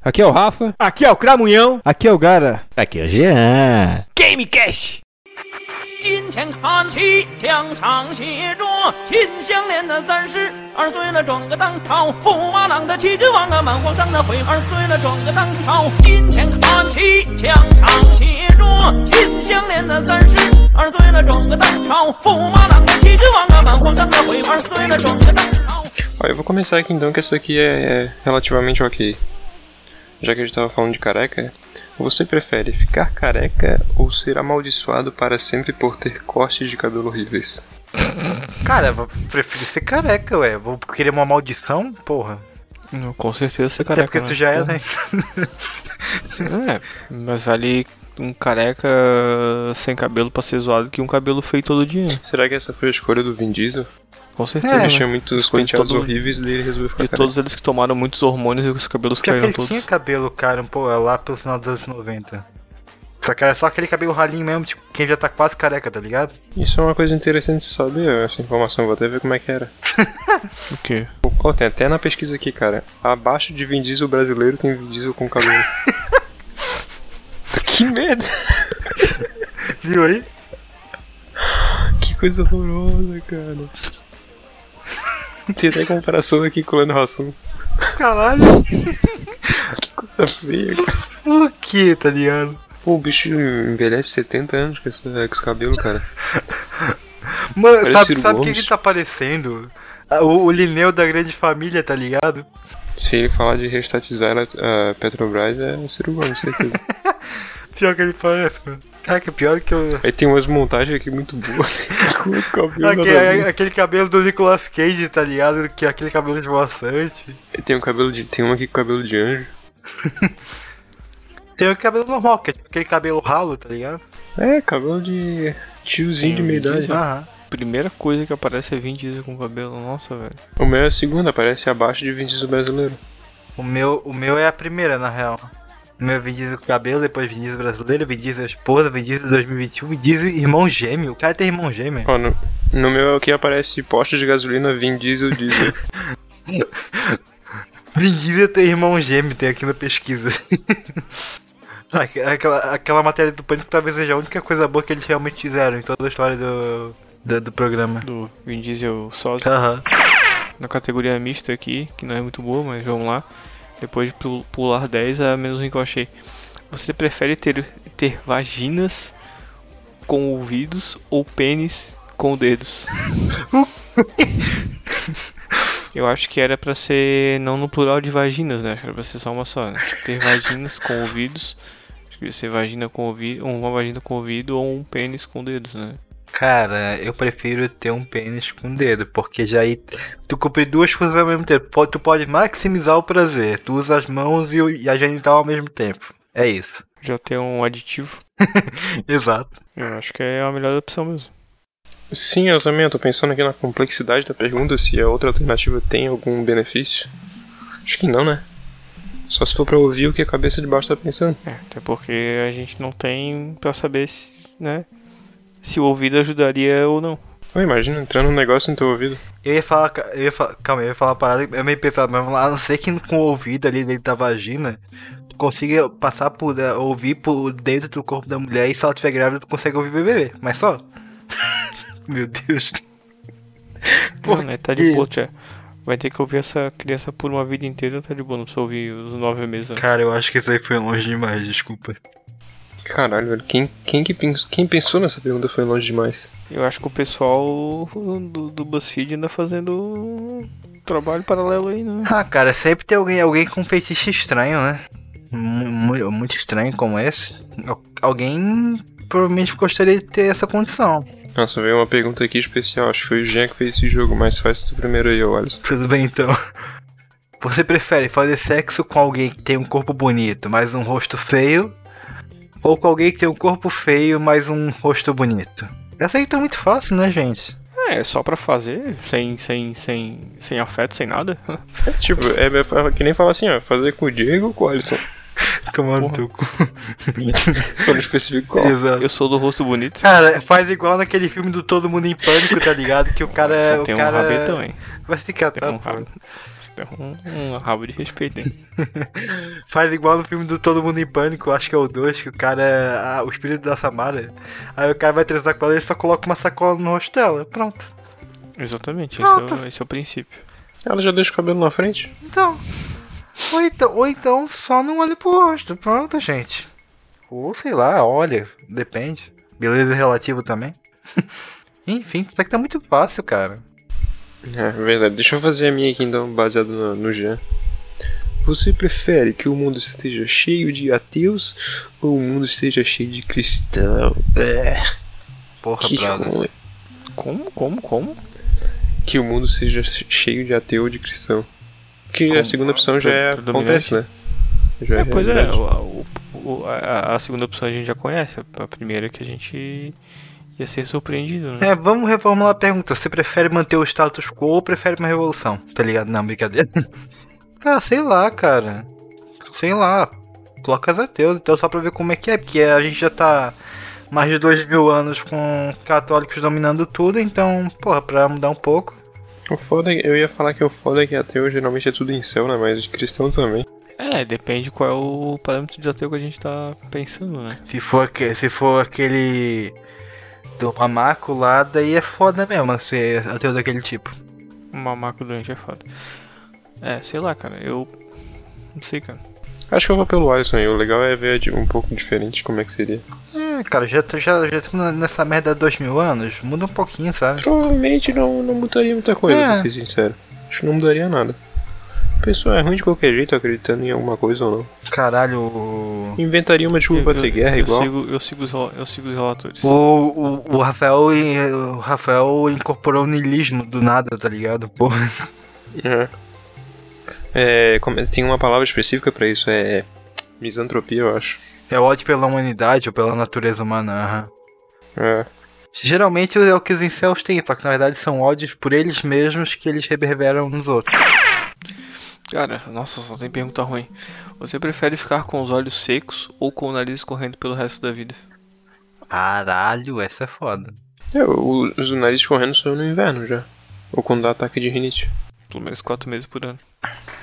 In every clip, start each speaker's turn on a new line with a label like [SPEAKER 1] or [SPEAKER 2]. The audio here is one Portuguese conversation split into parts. [SPEAKER 1] Aqui é o Rafa.
[SPEAKER 2] Aqui é o Cramunhão.
[SPEAKER 3] Aqui é o Gara.
[SPEAKER 4] Aqui é o Jean.
[SPEAKER 2] Gamecast.
[SPEAKER 5] 金钱看齐，两场协作，秦香莲的三十二岁了，转个当朝；驸马郎的齐君王啊，满皇上的悔二岁了，转个当朝。金钱看齐，两场协作，秦香莲的三十二岁了，转个当朝；驸马郎的齐君王啊，满皇上的悔二岁了，转个当朝。
[SPEAKER 6] Ó, eu vou começar aqui então, que essa aqui é, é relativamente ok. Já que a gente tava falando de careca, você prefere ficar careca ou ser amaldiçoado para sempre por ter cortes de cabelo horríveis?
[SPEAKER 7] Cara, eu prefiro ser careca, ué. Vou querer uma maldição? Porra.
[SPEAKER 1] Com certeza você é
[SPEAKER 7] Até
[SPEAKER 1] careca.
[SPEAKER 7] porque tu
[SPEAKER 1] né?
[SPEAKER 7] já é, né?
[SPEAKER 1] É, mas vale um careca sem cabelo pra ser zoado que um cabelo feio todo dia.
[SPEAKER 6] Será que essa foi a escolha do Vin Diesel?
[SPEAKER 1] Com
[SPEAKER 7] É,
[SPEAKER 1] certeza.
[SPEAKER 6] Ele
[SPEAKER 1] né?
[SPEAKER 6] tinha muitos
[SPEAKER 1] Escolhe
[SPEAKER 6] penteados
[SPEAKER 1] todo-
[SPEAKER 6] horríveis e ele resolveu ficar
[SPEAKER 1] De
[SPEAKER 6] careca.
[SPEAKER 1] todos eles que tomaram muitos hormônios e os cabelos
[SPEAKER 6] um
[SPEAKER 7] Pior que
[SPEAKER 1] caíram
[SPEAKER 7] ele
[SPEAKER 1] todos.
[SPEAKER 7] tinha cabelo, cara, pô, é lá pelo final dos anos 90. Só que era só aquele cabelo ralinho mesmo, tipo, quem já tá quase careca, tá ligado?
[SPEAKER 6] Isso é uma coisa interessante de saber, essa informação, vou até ver como é que era.
[SPEAKER 1] O quê?
[SPEAKER 6] Ó, tem até na pesquisa aqui, cara. Abaixo de Vin Diesel brasileiro tem Vin Diesel com cabelo. que merda!
[SPEAKER 7] Viu aí?
[SPEAKER 6] Que coisa horrorosa, cara. Tem até comparação aqui com o Leandro Hassum.
[SPEAKER 7] Caralho,
[SPEAKER 6] Que coisa feia. cara.
[SPEAKER 7] o que, tá ligado?
[SPEAKER 6] Pô, o bicho envelhece 70 anos com esse, com esse cabelo, cara.
[SPEAKER 7] Mano,
[SPEAKER 6] Parece
[SPEAKER 7] sabe,
[SPEAKER 6] Ciro
[SPEAKER 7] sabe o que
[SPEAKER 6] Gomes.
[SPEAKER 7] que tá parecendo? Ah, O, o Lineu da grande família, tá ligado?
[SPEAKER 6] Se ele falar de restatizar a, a Petrobras, é o Ciro Gomes, certeza.
[SPEAKER 7] Pior que ele parece, mano. Caraca, é pior que o.
[SPEAKER 6] Aí tem umas montagens aqui muito boas. com outro cabelo.
[SPEAKER 7] Aque-
[SPEAKER 6] nada a ver.
[SPEAKER 7] aquele cabelo do Nicolas Cage, tá ligado? Que é aquele cabelo esvoaçante.
[SPEAKER 6] Aí Tem, um cabelo de, tem uma aqui com cabelo de anjo.
[SPEAKER 7] Tem o cabelo normal, que é tipo aquele cabelo ralo, tá ligado?
[SPEAKER 6] É, cabelo de tiozinho de
[SPEAKER 1] Tem
[SPEAKER 6] meia
[SPEAKER 1] Vin
[SPEAKER 6] idade.
[SPEAKER 1] Diesel.
[SPEAKER 7] Aham.
[SPEAKER 1] Primeira coisa que aparece é Vin Diesel com cabelo. Nossa, velho.
[SPEAKER 6] O meu é a segunda, aparece abaixo de Vin Diesel brasileiro.
[SPEAKER 7] O meu, o meu é a primeira, na real. O meu é Vin Diesel com cabelo, depois Vin Diesel brasileiro, Vin Diesel esposa, Vin Diesel 2021, Vin Diesel irmão gêmeo. O cara tem irmão gêmeo.
[SPEAKER 6] Ó, no, no meu aqui aparece posto de gasolina Vin Diesel Diesel.
[SPEAKER 7] Vin Diesel tem irmão gêmeo, tem aqui na pesquisa. Aqu- aquela, aquela matéria do Pânico talvez seja a única coisa boa que eles realmente fizeram em toda a história do, do, do programa.
[SPEAKER 1] Do Vin Diesel sósia.
[SPEAKER 7] Aham.
[SPEAKER 1] na categoria mista aqui, que não é muito boa, mas vamos lá. Depois de pu- pular 10 a menos um que eu achei. Você prefere ter, ter vaginas com ouvidos ou pênis com dedos? Eu acho que era pra ser não no plural de vaginas, né? Acho que era pra ser só uma só, né? Ter vaginas com ouvidos. Acho que ia ser vagina com ouvido, uma vagina com ouvido ou um pênis com dedos, né?
[SPEAKER 7] Cara, eu prefiro ter um pênis com dedo, porque já aí tu cumpre duas coisas ao mesmo tempo. Po- Tu pode maximizar o prazer, tu usa as mãos e, o- e a genital ao mesmo tempo. É isso.
[SPEAKER 1] Já ter um aditivo.
[SPEAKER 7] Exato.
[SPEAKER 1] Eu acho que é a melhor opção mesmo.
[SPEAKER 6] Sim, eu também eu tô pensando aqui na complexidade da pergunta, se a outra alternativa tem algum benefício. Acho que não, né? Só se for pra ouvir o que a cabeça de baixo tá pensando.
[SPEAKER 1] É, até porque a gente não tem pra saber se, né, se o ouvido ajudaria ou não.
[SPEAKER 6] Ô, imagina entrando um negócio no teu ouvido.
[SPEAKER 7] Eu ia falar, ca- eu ia fa- calma, eu ia falar uma parada, eu meio pensava, mas vamos lá, a não ser que com o ouvido ali dentro da vagina, tu consiga passar por, eh, ouvir por dentro do corpo da mulher e se ela estiver grávida tu consegue ouvir o bebê, mas só. Meu Deus. Por
[SPEAKER 1] Não, né, tá de
[SPEAKER 7] quê?
[SPEAKER 1] boa, tia. Vai ter que ouvir essa criança por uma vida inteira, tá de boa, não precisa ouvir os nove meses. né?
[SPEAKER 7] Cara, eu acho que isso aí foi longe demais, desculpa.
[SPEAKER 6] Caralho, velho, quem, quem, que pens- quem pensou nessa pergunta foi longe demais.
[SPEAKER 1] Eu acho que o pessoal do, do BuzzFeed anda fazendo um trabalho paralelo aí, né?
[SPEAKER 7] Ah, cara, sempre tem alguém, alguém com feitiço estranho, né? Mu- mu- Muito estranho como esse. Al- Alguém provavelmente gostaria de ter essa condição.
[SPEAKER 6] Nossa, veio uma pergunta aqui especial, acho que foi o Jean que fez esse jogo, mas faz tu primeiro aí, ô Alisson.
[SPEAKER 7] Tudo bem então. Você prefere fazer sexo com alguém que tem um corpo bonito, mas um rosto feio? Ou com alguém que tem um corpo feio, mas um rosto bonito? Essa aí tá muito fácil, né, gente?
[SPEAKER 1] É, só pra fazer, sem, sem, sem, sem afeto, sem nada.
[SPEAKER 6] É, tipo, é, é, é que nem falar assim, ó, fazer com o Diego ou com o Alisson.
[SPEAKER 7] Tomando teu cu.
[SPEAKER 6] Só não especifico qual.
[SPEAKER 7] Exato.
[SPEAKER 1] Eu sou do rosto bonito.
[SPEAKER 7] Cara, faz igual naquele filme do Todo Mundo em Pânico, tá ligado? Que o cara. Ah,
[SPEAKER 1] Só
[SPEAKER 7] o
[SPEAKER 1] tem um
[SPEAKER 7] cara...
[SPEAKER 1] rabetão, hein?
[SPEAKER 7] Vai se
[SPEAKER 1] Tem
[SPEAKER 7] catar,
[SPEAKER 1] um
[SPEAKER 7] pô.
[SPEAKER 1] rabo. Tem um, um rabo de respeito, hein?
[SPEAKER 7] Faz igual no filme do Todo Mundo em Pânico, acho que é o 2, que o cara. é a- o espírito da Samara. Aí o cara vai transar com ela e só coloca uma sacola no rosto dela. Pronto.
[SPEAKER 1] Exatamente, esse
[SPEAKER 7] Pronto.
[SPEAKER 1] é, o, esse é o princípio.
[SPEAKER 6] Ela já deixa o cabelo na frente?
[SPEAKER 7] Então. Ou então, ou então só não olha pro rosto. Pronto, gente. Ou sei lá, olha. Depende. Beleza relativo também. Enfim, isso aqui tá muito fácil, cara.
[SPEAKER 6] É, verdade. Deixa eu fazer a minha aqui então, baseado no, no Jean. Você prefere que o mundo esteja cheio de ateus ou o mundo esteja cheio de cristão? É,
[SPEAKER 7] Porra,
[SPEAKER 6] que
[SPEAKER 7] brother.
[SPEAKER 6] ruim.
[SPEAKER 1] Como, como, como?
[SPEAKER 6] Que o mundo seja cheio de ateu ou de cristão. Que
[SPEAKER 1] Como
[SPEAKER 6] a segunda opção já é,
[SPEAKER 1] predominante.
[SPEAKER 6] acontece, né? Já
[SPEAKER 1] É, pois é,
[SPEAKER 6] realidade.
[SPEAKER 1] o- o- o- a, a segunda opção a gente já conhece, a primeira que a gente ia ser surpreendido, né?
[SPEAKER 7] É, vamos reformular a pergunta. Você prefere manter o status quo ou prefere uma revolução? Tá ligado? Não, brincadeira. ah, sei lá, cara. Sei lá. Coloca as ateus, então só pra ver como é que é, porque a gente já tá mais de dois mil anos com católicos dominando tudo, então, porra, pra mudar um pouco.
[SPEAKER 6] O foda é, eu ia falar que o foda é que ateu geralmente é tudo em céu, né? Mas cristão também.
[SPEAKER 1] É, depende qual é o parâmetro de ateu que a gente tá pensando, né?
[SPEAKER 7] Se for, aque- se for aquele do mamaco lá, daí é foda mesmo ser ateu daquele tipo.
[SPEAKER 1] Um mamaco doente é foda. É, sei lá, cara, eu. Não sei, cara.
[SPEAKER 6] Acho que eu vou pelo Alisson aí. O legal é ver de- um pouco diferente como é que seria.
[SPEAKER 7] É, cara, já estamos já, já tamo nessa merda há dois mil anos, muda um pouquinho, sabe?
[SPEAKER 6] Provavelmente não, não mudaria muita coisa,
[SPEAKER 7] É.
[SPEAKER 6] pra ser sincero. Acho que não mudaria nada. A pessoa é ruim de qualquer jeito, acreditando em alguma coisa ou não.
[SPEAKER 7] Caralho, o,
[SPEAKER 6] Inventaria uma desculpa pra ter é guerra
[SPEAKER 1] eu
[SPEAKER 6] igual.
[SPEAKER 1] Sigo, eu, sigo os, rel- eu sigo os relatores.
[SPEAKER 7] o, o, o Rafael, e- o Rafael incorporou o niilismo do nada, tá ligado? Porra.
[SPEAKER 6] É. É, como- tem uma palavra específica pra isso, é misantropia, eu acho.
[SPEAKER 7] É ódio pela humanidade ou pela natureza humana, aham.
[SPEAKER 6] É.
[SPEAKER 7] Geralmente é o que os incels têm, só que na verdade são ódios por eles mesmos que eles reverberam nos outros.
[SPEAKER 1] Cara, nossa, só tem pergunta ruim. Você prefere ficar com os olhos secos ou com o nariz correndo pelo resto da vida?
[SPEAKER 7] Caralho, essa é foda.
[SPEAKER 6] É, o- os nariz correndo são no inverno já. Ou quando dá ataque de rinite.
[SPEAKER 1] Pelo menos quatro meses por ano.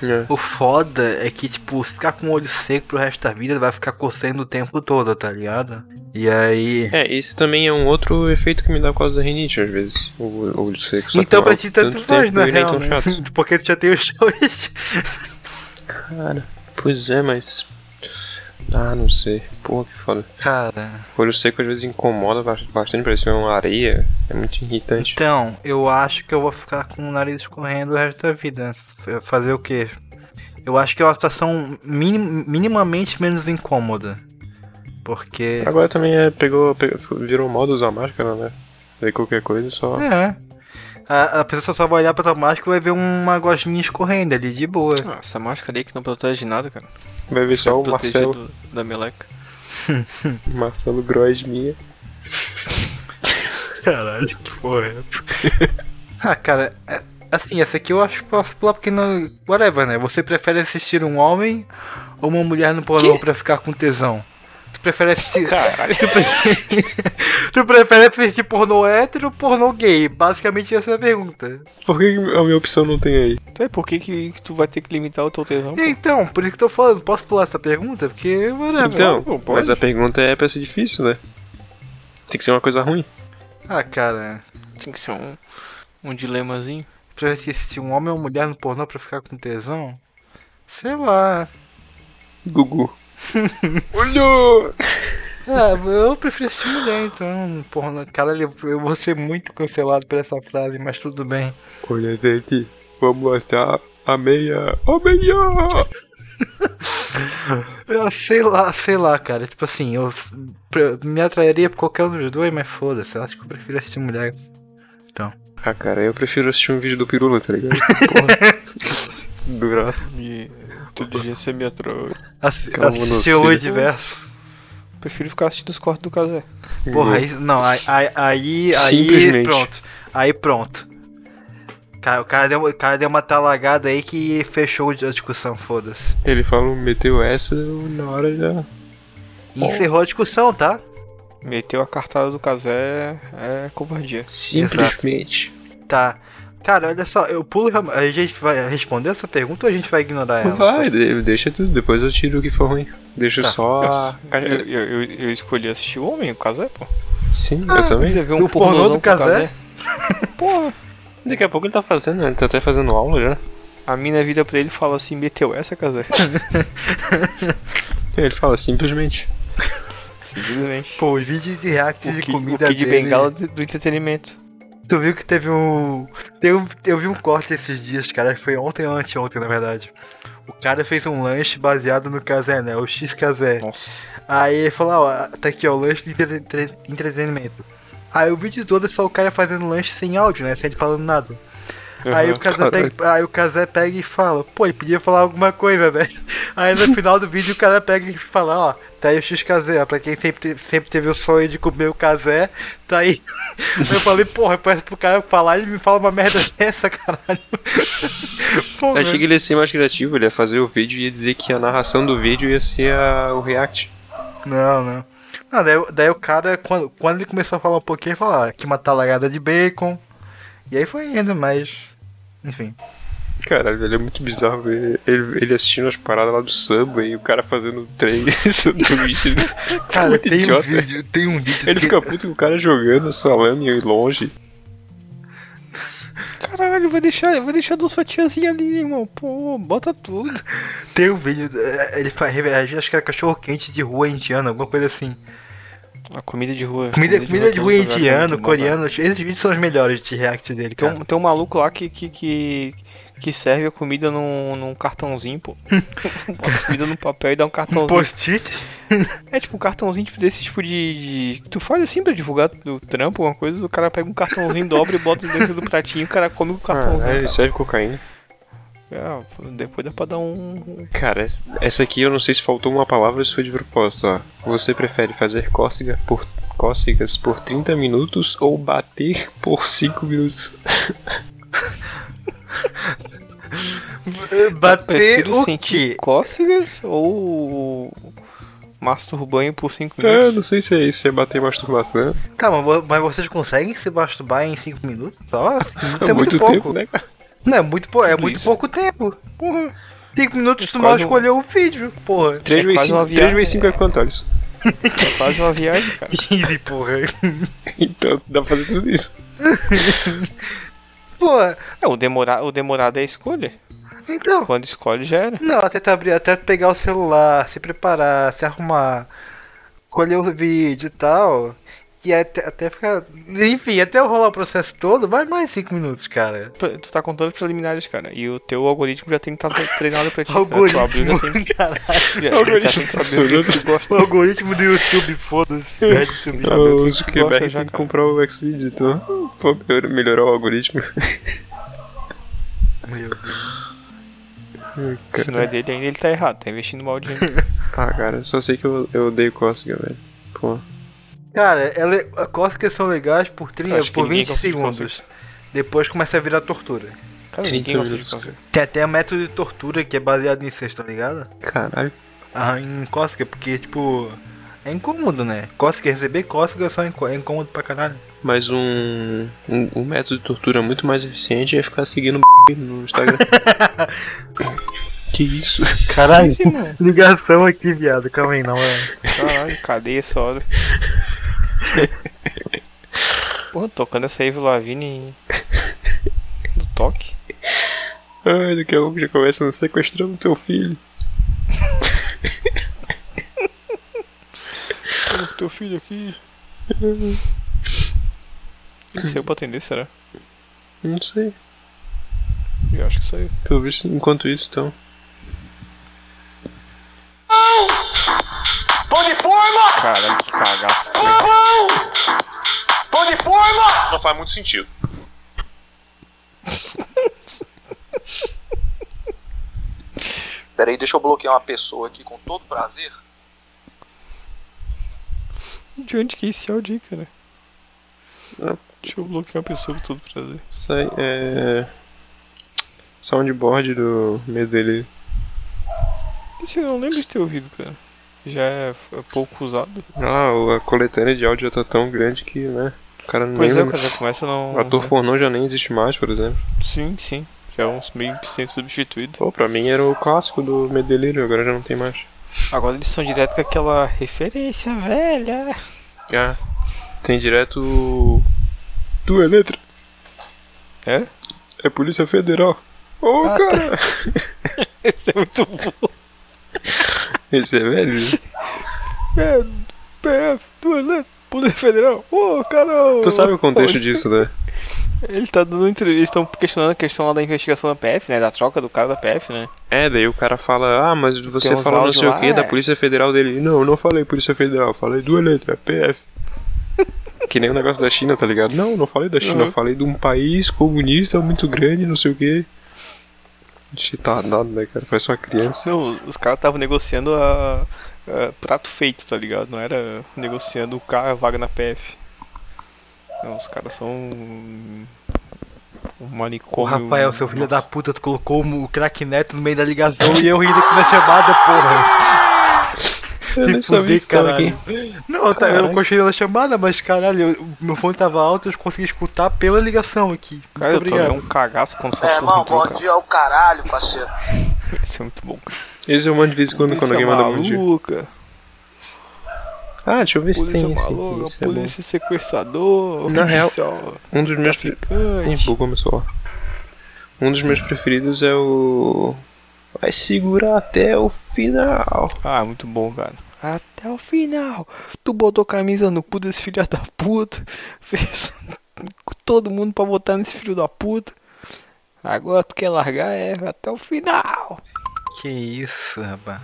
[SPEAKER 6] É.
[SPEAKER 7] O foda é que, tipo, se ficar com o olho seco pro resto da vida, ele vai ficar coçando o tempo todo, tá ligado? E aí.
[SPEAKER 6] É, esse também é um outro efeito que me dá por causa da rinite, às vezes. O o olho seco. só que
[SPEAKER 7] então
[SPEAKER 6] eu
[SPEAKER 7] pra
[SPEAKER 6] abro
[SPEAKER 7] ti tanto faz,
[SPEAKER 6] tempo
[SPEAKER 7] na
[SPEAKER 6] e nem
[SPEAKER 7] real.
[SPEAKER 6] tão
[SPEAKER 7] né?
[SPEAKER 6] chato.
[SPEAKER 7] Porque tu já tem os dois.
[SPEAKER 6] Cara, pois é, mas. Ah, não sei. Porra, que foda.
[SPEAKER 7] Cara.
[SPEAKER 6] Olho seco às vezes incomoda ba- bastante, parece uma areia. É muito irritante.
[SPEAKER 7] Então, eu acho que eu vou ficar com o nariz escorrendo o resto da vida. F- Fazer o quê? Eu acho que é uma situação minim- minimamente menos incômoda. Porque.
[SPEAKER 6] Agora também é, pegou, pegou- ficou- virou moda usar máscara, né? Daí qualquer coisa só.
[SPEAKER 7] É. A, a pessoa só vai olhar pra tua máscara e vai ver uma gosminha escorrendo ali, de boa.
[SPEAKER 1] Ah, essa máscara aí que não protege nada, cara.
[SPEAKER 6] Vai ver só o
[SPEAKER 1] Protege
[SPEAKER 6] Marcelo,
[SPEAKER 1] do- da meleca.
[SPEAKER 6] Marcelo Gross minha.
[SPEAKER 7] Caralho, que porra. ah, cara, é- assim, essa aqui eu acho que posso pular porque não. Whatever, né? Você prefere assistir um homem ou uma mulher no pornô pra ficar com tesão? Tu prefere assistir.
[SPEAKER 6] Caralho.
[SPEAKER 7] Tu, pre- tu prefere assistir pornô hétero ou pornô gay? Basicamente essa é a pergunta.
[SPEAKER 6] Por que que a minha opção não tem aí?
[SPEAKER 1] Então é por que, que, que tu vai ter que limitar o teu tesão? pô?
[SPEAKER 7] Então, por isso que eu tô falando, posso pular essa pergunta? Porque, whatever.
[SPEAKER 6] Então,
[SPEAKER 1] pô, pode.
[SPEAKER 6] mas a pergunta é pra ser difícil, né? Tem que ser uma coisa ruim.
[SPEAKER 7] Ah, cara,
[SPEAKER 1] Tem que ser um, um dilemazinho.
[SPEAKER 7] pra assistir um homem ou mulher no pornô pra ficar com tesão? Sei lá.
[SPEAKER 6] Gugu. Olhou!
[SPEAKER 7] Ah, eu prefiro assistir mulher, então. Pornô. Caralho, eu vou ser muito cancelado por essa frase, mas tudo bem.
[SPEAKER 6] Olha, gente, vamos botar a meia. A meia!
[SPEAKER 7] Eu sei lá, sei lá, cara. Tipo assim, eu s- pre- me atrairia por qualquer um dos dois, mas foda-se. Eu acho que eu prefiro assistir mulher.
[SPEAKER 6] Ah, cara, eu prefiro assistir um vídeo do Pirula, tá ligado? Porra. do braço.
[SPEAKER 1] E todo dia você me atro...
[SPEAKER 7] Assi
[SPEAKER 6] Calma,
[SPEAKER 7] assistir
[SPEAKER 6] Lucy.
[SPEAKER 7] o universo.
[SPEAKER 1] Prefiro ficar assistindo os cortes do Casé.
[SPEAKER 7] Porra, aí, não, aí, aí, aí, aí
[SPEAKER 6] Simplesmente.
[SPEAKER 7] pronto. Aí pronto. Cara, o, cara deu, o cara deu uma talagada aí que fechou a discussão, foda-se.
[SPEAKER 6] Ele falou, meteu essa, eu, na hora já.
[SPEAKER 7] E encerrou a discussão, tá?
[SPEAKER 1] Meteu a cartada do Casé é covardia.
[SPEAKER 6] Simplesmente.
[SPEAKER 7] Tá. Cara, olha só, eu pulo. realmente- A gente vai responder essa pergunta ou a gente vai ignorar ela?
[SPEAKER 6] Vai, de- deixa tudo, depois eu tiro o que for ruim. Deixa
[SPEAKER 7] É, Tá.
[SPEAKER 6] só a.
[SPEAKER 1] Cara, eu, eu, eu- eu escolhi assistir o homem, o casé, pô.
[SPEAKER 6] Sim,
[SPEAKER 7] Ah,
[SPEAKER 6] eu também.
[SPEAKER 1] Você vê
[SPEAKER 7] o pornô
[SPEAKER 1] pornozão
[SPEAKER 7] do
[SPEAKER 1] um com o
[SPEAKER 7] Cazé?
[SPEAKER 1] Porra.
[SPEAKER 6] Daqui a pouco ele tá fazendo, né? ele tá até fazendo aula já.
[SPEAKER 1] A mina vira pra ele e fala assim, meteu essa, casé.
[SPEAKER 6] Ele fala simplesmente.
[SPEAKER 1] Simplesmente.
[SPEAKER 7] Pô, os vídeos de reacts
[SPEAKER 1] o
[SPEAKER 7] de
[SPEAKER 1] Ki-
[SPEAKER 7] comida
[SPEAKER 1] o Kid
[SPEAKER 7] dele.
[SPEAKER 1] Bengala do, do entretenimento.
[SPEAKER 7] Tu viu que teve um. tem um- eu vi um corte esses dias, cara, que foi ontem ou anteontem, na verdade. O cara fez um lanche baseado no Kazé, né? O X Kazé.
[SPEAKER 1] Nossa.
[SPEAKER 7] Aí ele falou, ó, tá aqui, ó, o lanche de entre- entre- entretenimento. Aí o vídeo todo é só o cara fazendo lanche sem áudio, né? Sem ele falando nada. Aí, o Kazé
[SPEAKER 6] caralho.
[SPEAKER 7] pega, aí o Kazé pega e fala, pô, ele podia falar alguma coisa, velho. Aí no final do vídeo o cara pega e fala, ó, tá aí o XKZ, ó, pra quem sempre, te- sempre teve o sonho de comer o Kazé, tá aí. Aí eu falei, porra, parece pro cara falar e me fala uma merda dessa, caralho. Pô,
[SPEAKER 6] Eu achei
[SPEAKER 7] velho.
[SPEAKER 6] que ele ia ser mais criativo, ele ia fazer o vídeo e ia dizer que a narração do vídeo ia ser a- o react.
[SPEAKER 7] Não, não. Não, daí, daí o cara, quando, quando ele começou a falar um pouquinho, ele falou, ó, que uma talagada de bacon. E aí foi indo, mas. Enfim.
[SPEAKER 6] Caralho, velho, é muito bizarro ver ele, ele assistindo as paradas lá do samba e o cara fazendo três sanduíches.
[SPEAKER 7] Cara,
[SPEAKER 6] muito
[SPEAKER 7] tem
[SPEAKER 6] idiota.
[SPEAKER 7] um vídeo, tem um vídeo
[SPEAKER 6] Ele
[SPEAKER 7] que-
[SPEAKER 6] fica puto com o cara jogando a salame longe.
[SPEAKER 1] Caralho, vai deixar, vai deixar duas fatiazinhas ali, irmão. Pô, bota tudo.
[SPEAKER 7] Tem um vídeo, eh, ele faz reagir, acho que era cachorro quente de rua indiano, alguma coisa assim.
[SPEAKER 1] A comida de rua.
[SPEAKER 7] Comida, comida de rua
[SPEAKER 1] todo lugar é muito
[SPEAKER 7] indiano,
[SPEAKER 1] bom,
[SPEAKER 7] coreano, esses vídeos são os melhores de react dele, é
[SPEAKER 1] Tem
[SPEAKER 7] cara.
[SPEAKER 1] um, tem um maluco lá que, que, que, que serve a comida num, num cartãozinho, pô. Bota a comida no papel e dá um
[SPEAKER 7] Um
[SPEAKER 1] cartãozinho.
[SPEAKER 7] post-it?
[SPEAKER 1] É tipo um cartãozinho tipo, desse tipo de, de- Tu faz assim pra divulgar do trampo, alguma coisa, o cara pega um cartãozinho, dobra e bota dentro do pratinho, o cara come com
[SPEAKER 7] Tá
[SPEAKER 1] o
[SPEAKER 6] Caralho,
[SPEAKER 1] cartãozinho.
[SPEAKER 6] ele serve cocaína.
[SPEAKER 1] cara. É, depois dá pra dar um.
[SPEAKER 6] Cara, essa- essa aqui eu não sei se faltou uma palavra, isso foi de propósito, ó. Você prefere fazer cócega por, cócegas por 30 minutos ou bater por 5 minutos?
[SPEAKER 7] Eh, Bater
[SPEAKER 1] Prefiro
[SPEAKER 7] o
[SPEAKER 1] sentir
[SPEAKER 7] quê?
[SPEAKER 1] cócegas ou. masturbanho por 5
[SPEAKER 6] Ah, eu
[SPEAKER 1] minutos?
[SPEAKER 6] não sei se é isso, se é bater masturbação.
[SPEAKER 7] Calma, vo- Tá, mas vocês conseguem se masturbar em 5 minutos? Só? Cinco minutos
[SPEAKER 6] Há
[SPEAKER 7] é muito, pouco.
[SPEAKER 6] tempo, né, cara?
[SPEAKER 7] Não, é muito, po é
[SPEAKER 1] Tudo
[SPEAKER 7] muito
[SPEAKER 1] isso.
[SPEAKER 7] pouco tempo. Porra. 5 minutos tu mal
[SPEAKER 1] quase um-
[SPEAKER 7] escolheu o vídeo, porra.
[SPEAKER 6] 3
[SPEAKER 1] É
[SPEAKER 6] vezes
[SPEAKER 1] quase uma
[SPEAKER 6] 5 3 vezes
[SPEAKER 1] viagem,
[SPEAKER 7] né?
[SPEAKER 6] cinco é
[SPEAKER 1] é.
[SPEAKER 6] quanto, Alisson?
[SPEAKER 1] É quase uma viagem, cara.
[SPEAKER 7] 15, porra.
[SPEAKER 6] Então dá pra fazer tudo isso.
[SPEAKER 7] Porra,
[SPEAKER 1] É, o, demora, o demorado é a escolha.
[SPEAKER 7] então.
[SPEAKER 1] Quando escolhe, já era.
[SPEAKER 7] Não, até, tu abrir, até tu pegar o celular, se preparar, se arrumar, colher o vídeo e tal. E até, até ficar. Enfim, até eu rolar o processo todo, vai mais 5 minutos, cara.
[SPEAKER 1] Pre- Tu tá contando os preliminares, cara. E o teu algoritmo já tem que estar treinado pra ti. cara. Tu abriu,
[SPEAKER 7] Algoritmo,
[SPEAKER 1] já tem,
[SPEAKER 7] caralho.
[SPEAKER 1] já,
[SPEAKER 6] Algoritmo
[SPEAKER 1] já tem que saber o que tu
[SPEAKER 7] O
[SPEAKER 1] gosta.
[SPEAKER 7] algoritmo do YouTube, foda-se. do RedTube.
[SPEAKER 1] Sabe o que
[SPEAKER 6] O
[SPEAKER 1] tu gosta
[SPEAKER 6] Zuckerberg
[SPEAKER 1] já,
[SPEAKER 6] tem que
[SPEAKER 1] cara.
[SPEAKER 6] comprar o Xvideo, então pô, melhor- melhorar o algoritmo.
[SPEAKER 7] Meu Deus.
[SPEAKER 1] Se não é dele ainda, ele tá errado. Tá investindo mal dinheiro.
[SPEAKER 6] Ah, cara, só sei que eu, eu odeio cócega, velho. Pô.
[SPEAKER 7] Cara, ela é, a cócegas são legais por, 30,
[SPEAKER 1] Acho que
[SPEAKER 7] por
[SPEAKER 1] ninguém
[SPEAKER 7] 20
[SPEAKER 1] consegue
[SPEAKER 7] segundos. Depois começa a virar tortura.
[SPEAKER 1] Cara,
[SPEAKER 6] 30
[SPEAKER 1] ninguém gosta de
[SPEAKER 6] minutos.
[SPEAKER 1] cócega.
[SPEAKER 7] Tem até método de tortura que é baseado em sexta, tá ligado?
[SPEAKER 6] Caralho.
[SPEAKER 7] Ah, em cócega, porque, tipo, é incômodo, né? Cócega, receber cócega só é incô- é incômodo pra caralho.
[SPEAKER 6] Mas um, um, um método de tortura muito mais eficiente é ficar seguindo o no Instagram. que isso?
[SPEAKER 7] Caralho,
[SPEAKER 1] Sim, mano.
[SPEAKER 7] ligação aqui, viado. Calma aí, não é.
[SPEAKER 1] Caralho, cadê essa hora? Porra, tocando essa Ivy Lavigne do toque.
[SPEAKER 6] Ai, daqui a pouco já começa a sequestrar o teu filho.
[SPEAKER 1] Tô com teu filho aqui. Saiu pra atender, será?
[SPEAKER 6] Não sei.
[SPEAKER 1] Eu acho que saiu.
[SPEAKER 6] Pelo visto, enquanto isso, então.
[SPEAKER 2] Pão de forma!
[SPEAKER 1] Caralho, que cagaço.
[SPEAKER 2] Pão! Pão de forma! Não faz muito sentido.
[SPEAKER 3] Peraí, deixa eu bloquear uma pessoa aqui com todo prazer.
[SPEAKER 1] De onde que é esse áudio aí, cara?
[SPEAKER 6] Ah.
[SPEAKER 1] Deixa eu bloquear uma pessoa com todo prazer.
[SPEAKER 6] Sai. É. Soundboard do Medellín.
[SPEAKER 1] Isso eu não lembro de ter ouvido, cara. Já é, é pouco usado.
[SPEAKER 6] Ah, o- a coletânea de áudio já tá tão grande que, né? cara não
[SPEAKER 1] Pois é, o
[SPEAKER 6] lembra.
[SPEAKER 1] casal começa não.
[SPEAKER 6] O ator pornô já nem existe mais, por exemplo.
[SPEAKER 1] Sim, sim. Já é uns meio que sendo substituído.
[SPEAKER 6] Pô, pra mim era o clássico do Medelírio, agora já não tem mais.
[SPEAKER 1] Agora eles são direto com aquela referência velha.
[SPEAKER 6] Ah. Tem direto. o- Do Eletra.
[SPEAKER 1] É? Ah, tá.
[SPEAKER 6] É Polícia Federal. Ô, cara!
[SPEAKER 1] Isso é muito bom.
[SPEAKER 6] Esse é velho.
[SPEAKER 1] É, PF, do- né? Polícia Federal. Ô, caramba!
[SPEAKER 6] Tu sabe o contexto
[SPEAKER 1] Pô,
[SPEAKER 6] disso, né?
[SPEAKER 1] Ele tá dando entrevista. Eles estão questionando a questão lá da investigação da PF, né? Da troca do cara da PF, né?
[SPEAKER 6] É, daí o cara fala, ah, mas você
[SPEAKER 1] Tem uns
[SPEAKER 6] falou não sei o
[SPEAKER 1] áudio
[SPEAKER 6] que
[SPEAKER 1] lá,
[SPEAKER 6] da
[SPEAKER 1] é.
[SPEAKER 6] Polícia Federal dele. Não, eu não falei Polícia Federal, falei do Eletra, PF. que nem o negócio da China, tá ligado? Não, não falei da China, eu falei de um país comunista muito grande, não sei o que. Chitadado, né, cara? Parece uma criança.
[SPEAKER 1] Não, os caras estavam negociando a, a prato feito, tá ligado? Não era negociando o cara a vaga na PF. Não, os caras são um um
[SPEAKER 7] Ô,
[SPEAKER 1] manicômio.
[SPEAKER 7] Rafael, seu filho da puta, tu colocou o craque neto no meio da ligação e eu rindo aqui na chamada, porra.
[SPEAKER 6] Eu
[SPEAKER 7] Se
[SPEAKER 6] nem sabia
[SPEAKER 7] fuder,
[SPEAKER 6] que tava
[SPEAKER 7] caralho. Não, tá, eu continuei na chamada, mas caralho, eu- meu fone tava alto, eu consegui escutar pela ligação aqui.
[SPEAKER 1] Cara,
[SPEAKER 7] Muito
[SPEAKER 1] eu tô é
[SPEAKER 7] obrigado.
[SPEAKER 1] um cagaço quando essa
[SPEAKER 3] É,
[SPEAKER 1] porra
[SPEAKER 3] irmão,
[SPEAKER 1] entrou,
[SPEAKER 3] bom
[SPEAKER 1] cara.
[SPEAKER 3] dia ao caralho, parceiro.
[SPEAKER 1] Isso é muito bom.
[SPEAKER 6] Esse eu mando de vez em quando, quando alguém
[SPEAKER 1] Polícia
[SPEAKER 6] manda um dia.
[SPEAKER 1] maluca,
[SPEAKER 6] Ah, deixa eu ver se
[SPEAKER 1] polícia
[SPEAKER 6] tem esse aqui,
[SPEAKER 1] maluca,
[SPEAKER 6] esse é bom.
[SPEAKER 1] polícia sequestrador,
[SPEAKER 6] Na real-
[SPEAKER 1] policial
[SPEAKER 6] Um dos meus... pri- Ih,
[SPEAKER 1] traficante.
[SPEAKER 6] bugou meu celular. Um dos meus preferidos é o... Vai segurar até o final.
[SPEAKER 1] Ah, muito bom, cara. Até o final. Tu botou camisa no cu desse filho da puta. Fez todo mundo pra botar nesse filho da puta. Agora tu quer largar, é até o final.
[SPEAKER 7] Que isso, rapaz.